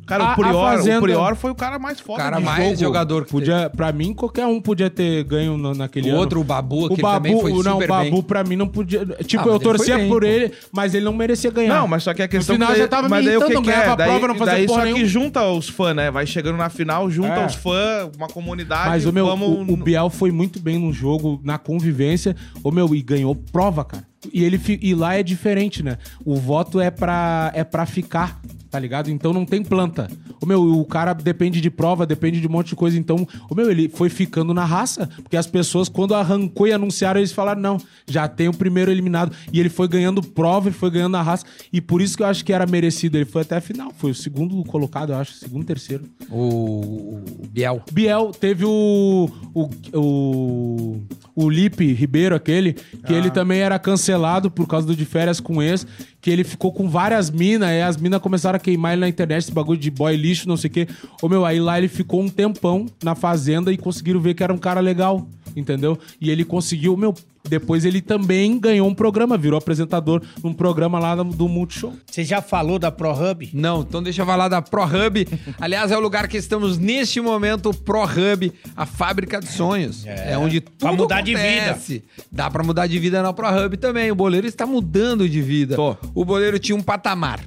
Cara,
A-
o
a
Prior, o
Fazenda-
Prior foi o cara mais foda
Cara
de
mais
jogo.
jogador que
Podia, pra mim, qualquer um podia ter ganho no- naquele
O
ano.
outro, o Babu, aquele também foi
não,
super
o Babu
bem.
pra mim não podia... Tipo,
Ah, mas
eu
ele foi
torcia
bem,
por
pô.
ele, mas ele não merecia ganhar.
Não, mas só que a questão...
No final
daí-
já tava
mas
me
daí o
irritando,
que
não
que
ganhava
é?
a
Daí-
prova, não fazia
daí
porra
só que
nenhuma.
junta os fãs, né? Vai chegando na final, junta
É.
os fãs, uma comunidade,
Mas o meu,
vamos...
o, o Biel foi muito bem no jogo, na convivência. Ô meu, e ganhou prova, cara. E ele fi- e lá é diferente, né? O voto é pra é para ficar, tá ligado? Então não tem planta. O meu, o cara depende de prova, depende de um monte de coisa, então, o meu, ele foi ficando na raça, porque as pessoas quando arrancou e anunciaram, eles falaram: "Não, já tem o primeiro eliminado". E ele foi ganhando prova, ele foi ganhando na raça, e por isso que eu acho que era merecido, ele foi até a final, foi o segundo colocado, eu acho, segundo, terceiro.
O, o Biel.
Biel, teve o. O. O, o Lipe Ribeiro, aquele, que ele também era cancelado por causa do de férias com ex, que ele ficou com várias minas, e as minas começaram a queimar ele na internet, esse bagulho de boy lixo, não sei o quê. Ô meu, aí lá ele ficou um tempão na fazenda e conseguiram ver que era um cara legal, entendeu? E ele conseguiu, meu. Depois ele também ganhou um programa, virou apresentador num programa lá do Multishow.
Você já falou da ProHub?
Não, então deixa eu falar da ProHub. Aliás, é o lugar que estamos neste momento, o ProHub, a fábrica de sonhos. É, onde tudo
Pra mudar de
acontece. Dá pra mudar de vida na ProHub também. O boleiro está mudando de vida.
Tô.
O boleiro tinha um patamar.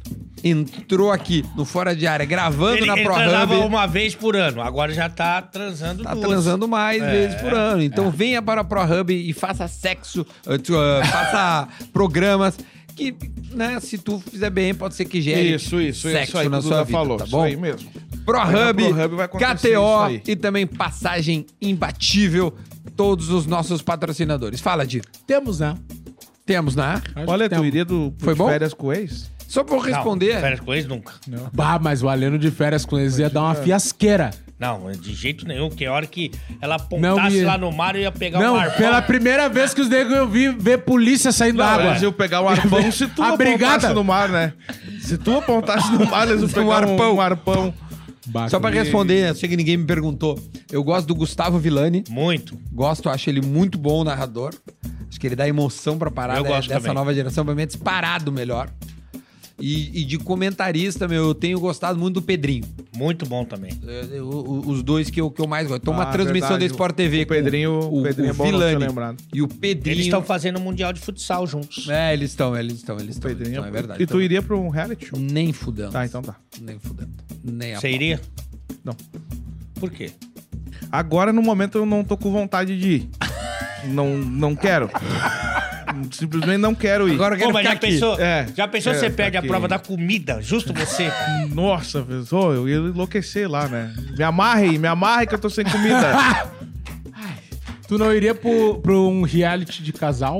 Entrou aqui no Fora de Área, gravando
Ele,
na
ele
ProHub.
transava uma vez por ano, agora já tá transando
Tá
duas.
transando mais
É,
vezes por ano. Então venha para a ProHub e faça sexo, eh, tu, eh, faça programas que, né, se tu fizer bem, pode ser que gere
Isso, isso,
sexo
isso aí que
na
o
sua
Duda
vida,
falou,
tá
isso
bom?
aí mesmo.
ProHub,
Mas na ProHub vai acontecer isso aí.
KTO e também Passagem Imbatível, todos os nossos patrocinadores. Fala, Di.
Temos, né?
Temos, né?
Olha, tu
Temos.
iria do,
Foi
de
bom?
férias com o ex?
Só pra eu
Não,
responder...
férias com eles nunca.
Bah, mas o Aleno de férias com eles ia dar uma fiasqueira.
Não, de jeito nenhum, que a hora que ela
Não
apontasse
ia.
lá no mar, eu ia pegar
Não,
um arpão.
pela primeira vez que os negros eu vi ver polícia saindo da água.
Eles iam pegar um arpão se tu
A
apontasse
brigada.
no mar, né? Se tu apontasse no mar, eles iam pegar um
arpão.
Um arpão.
Bah,
Só pra responder, eu sei que ninguém me perguntou. Eu gosto do Gustavo Villani.
Muito.
Gosto, acho ele muito bom narrador. Acho que ele dá emoção pra parada
Eu gosto
dessa
também.
nova geração, pra mim é disparado o melhor. E, e de comentarista, meu, eu tenho gostado muito do Pedrinho.
Muito bom também.
Eu- eu- os dois que eu, que eu mais gosto. Então, uma
Ah,
transmissão
verdade.
da Sport TV
O Pedrinho- o Pedrinho é bom não
Villani
ser lembrado.
E o
Eles
Pedrinho.
estão fazendo o Mundial de Futsal juntos.
É, eles estão, eles estão, eles estão. eles
Pedrinho.
estão, É verdade. Então,
e tu iria pra um reality show?
Nem fudendo.
Tá, então tá.
Nem fudendo. Nem a
Você iria?
Não.
Por quê?
Agora, no momento, eu não tô com vontade de ir. não, não quero. Simplesmente não quero ir.
Agora eu quero
Pô, mas
ficar
já
aqui.
pensou,
É,
já pensou
é,
você perde
aqui.
a prova da comida, justo você?
Nossa, pessoal, eu ia enlouquecer lá, né? Me amarre, me amarre que eu tô sem comida.
Tu não iria pro, pro um reality de casal?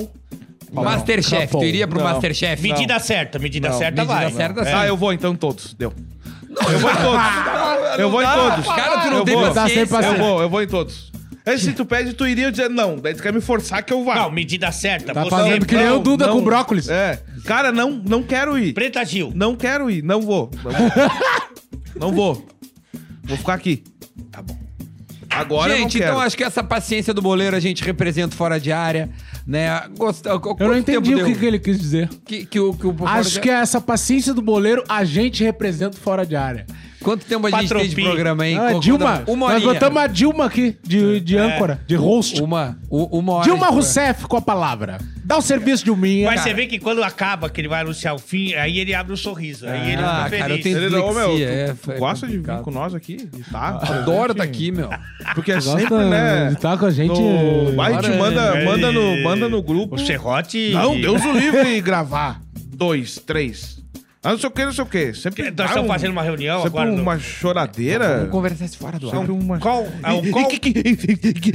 Masterchef, tu
Couple.
iria pro
Não.
Masterchef? tá
medida certa, medida certa
medida
vai.
certa, sim.
ah, eu vou então em todos. Deu. eu vou em todos. eu vou em todos.
Cara, tu não
eu
tem
vou.
paciência.
Dá
Eu
sempre
vou, eu vou em todos. Aí, se tu pede, tu iria dizer não. Daí tu quer me forçar que eu vá.
Não, medida certa.
Tá
você,
fazendo que nem
não,
o Duda
não.
com brócolis.
É. Cara, não, não quero ir.
Preta Gil.
Não quero ir, não vou. Não vou. não vou. Vou ficar aqui.
Tá bom.
Agora
gente,
eu não quero.
então acho que essa paciência do boleiro a gente representa fora de área, né? Gosta, qu-
Eu
quanto
não entendi
tempo
o que,
deu? né?
que ele quis dizer.
que, que o que o fora
Acho é
de-
que é essa paciência do boleiro a gente representa o fora de área.
Quanto tempo a gente tem de
Patropi.
programa, hein?
Ah,
Qual-
Dilma.
Uma
Nós
horinha.
botamos a Dilma aqui, de, de âncora, de host.
Uma, u- uma hora.
Dilma
de-
Rousseff com a palavra. Dá o serviço de um minha.
Mas você vê que quando acaba, que ele vai anunciar o fim, aí ele abre um sorriso. Aí ele
Ah,
fica
cara, eu
feliz.
tenho
Ele não, ô, meu, tu,
dislexia. é,
tu
é
gosta de vir
complicado.
com nós aqui? E tá,
Adoro
presente,
tá aqui, meu.
Porque é
Gosta
sempre, né?
de estar com a gente.
no- Vai,
Bora,
te manda,
é.
Ah, manda, no, manda no grupo.
O
é
Serrote.
Não, Deus o livre gravar. Dois, três. Ah, não sei o que, não sei o que.
Que-
Sempre
Nós
dá
estamos
um-
fazendo uma reunião
Sempre
agora. no-
uma choradeira. É um
Vamos conversar isso fora do ar.
Sempre uma...
Qual? Ah, o qual?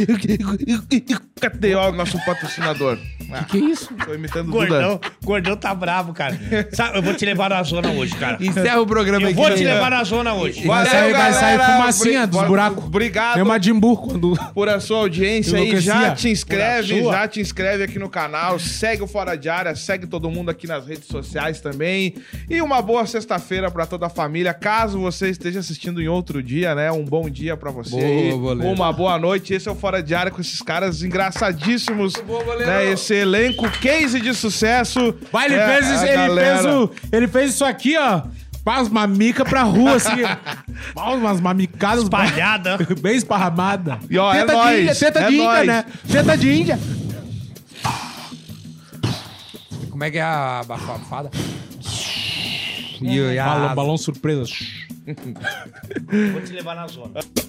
Cadê ó, o nosso patrocinador? Ah,
Que é isso?
tô imitando o Duda.
Gordão, gordão tá bravo, cara. Sabe, eu vou te levar na zona hoje, cara.
Encerra o programa
Eu
aqui.
vou te
né?
levar na zona hoje.
Valeu,
Vai sair, vai sair
galera.
fumacinha dos
Obri-
buracos.
Obrigado.
É uma Jimbu quando.
por a sua audiência aí.
Enlouquecia.
Já te inscreve,
Por a sua.
já te inscreve aqui no canal, segue o Fora de Área, segue todo mundo aqui nas redes sociais também. E uma boa sexta-feira pra toda a família. Caso você esteja assistindo em outro dia, né? Um bom dia pra você
Boa,
aí.
goleiro.
Uma boa noite. Esse é o Fora de Área com esses caras engraçadíssimos.
goleiro.
né? Esse elenco case de sucesso.
Vai, ele,
É,
fez, isso-
a
ele,
galera.
fez o- ele fez isso aqui, ó. Faz uma mica pra rua, assim. Faz umas mamicadas.
Espalhada.
Bem esparramada.
E, ó, é
teta de
nóis,
índia, teta
é
de índia,
nóis.
né? Teta de índia.
Como é que é a bafafada? E, e a
Ah, Balão, balão surpresa.
Vou te levar na zona.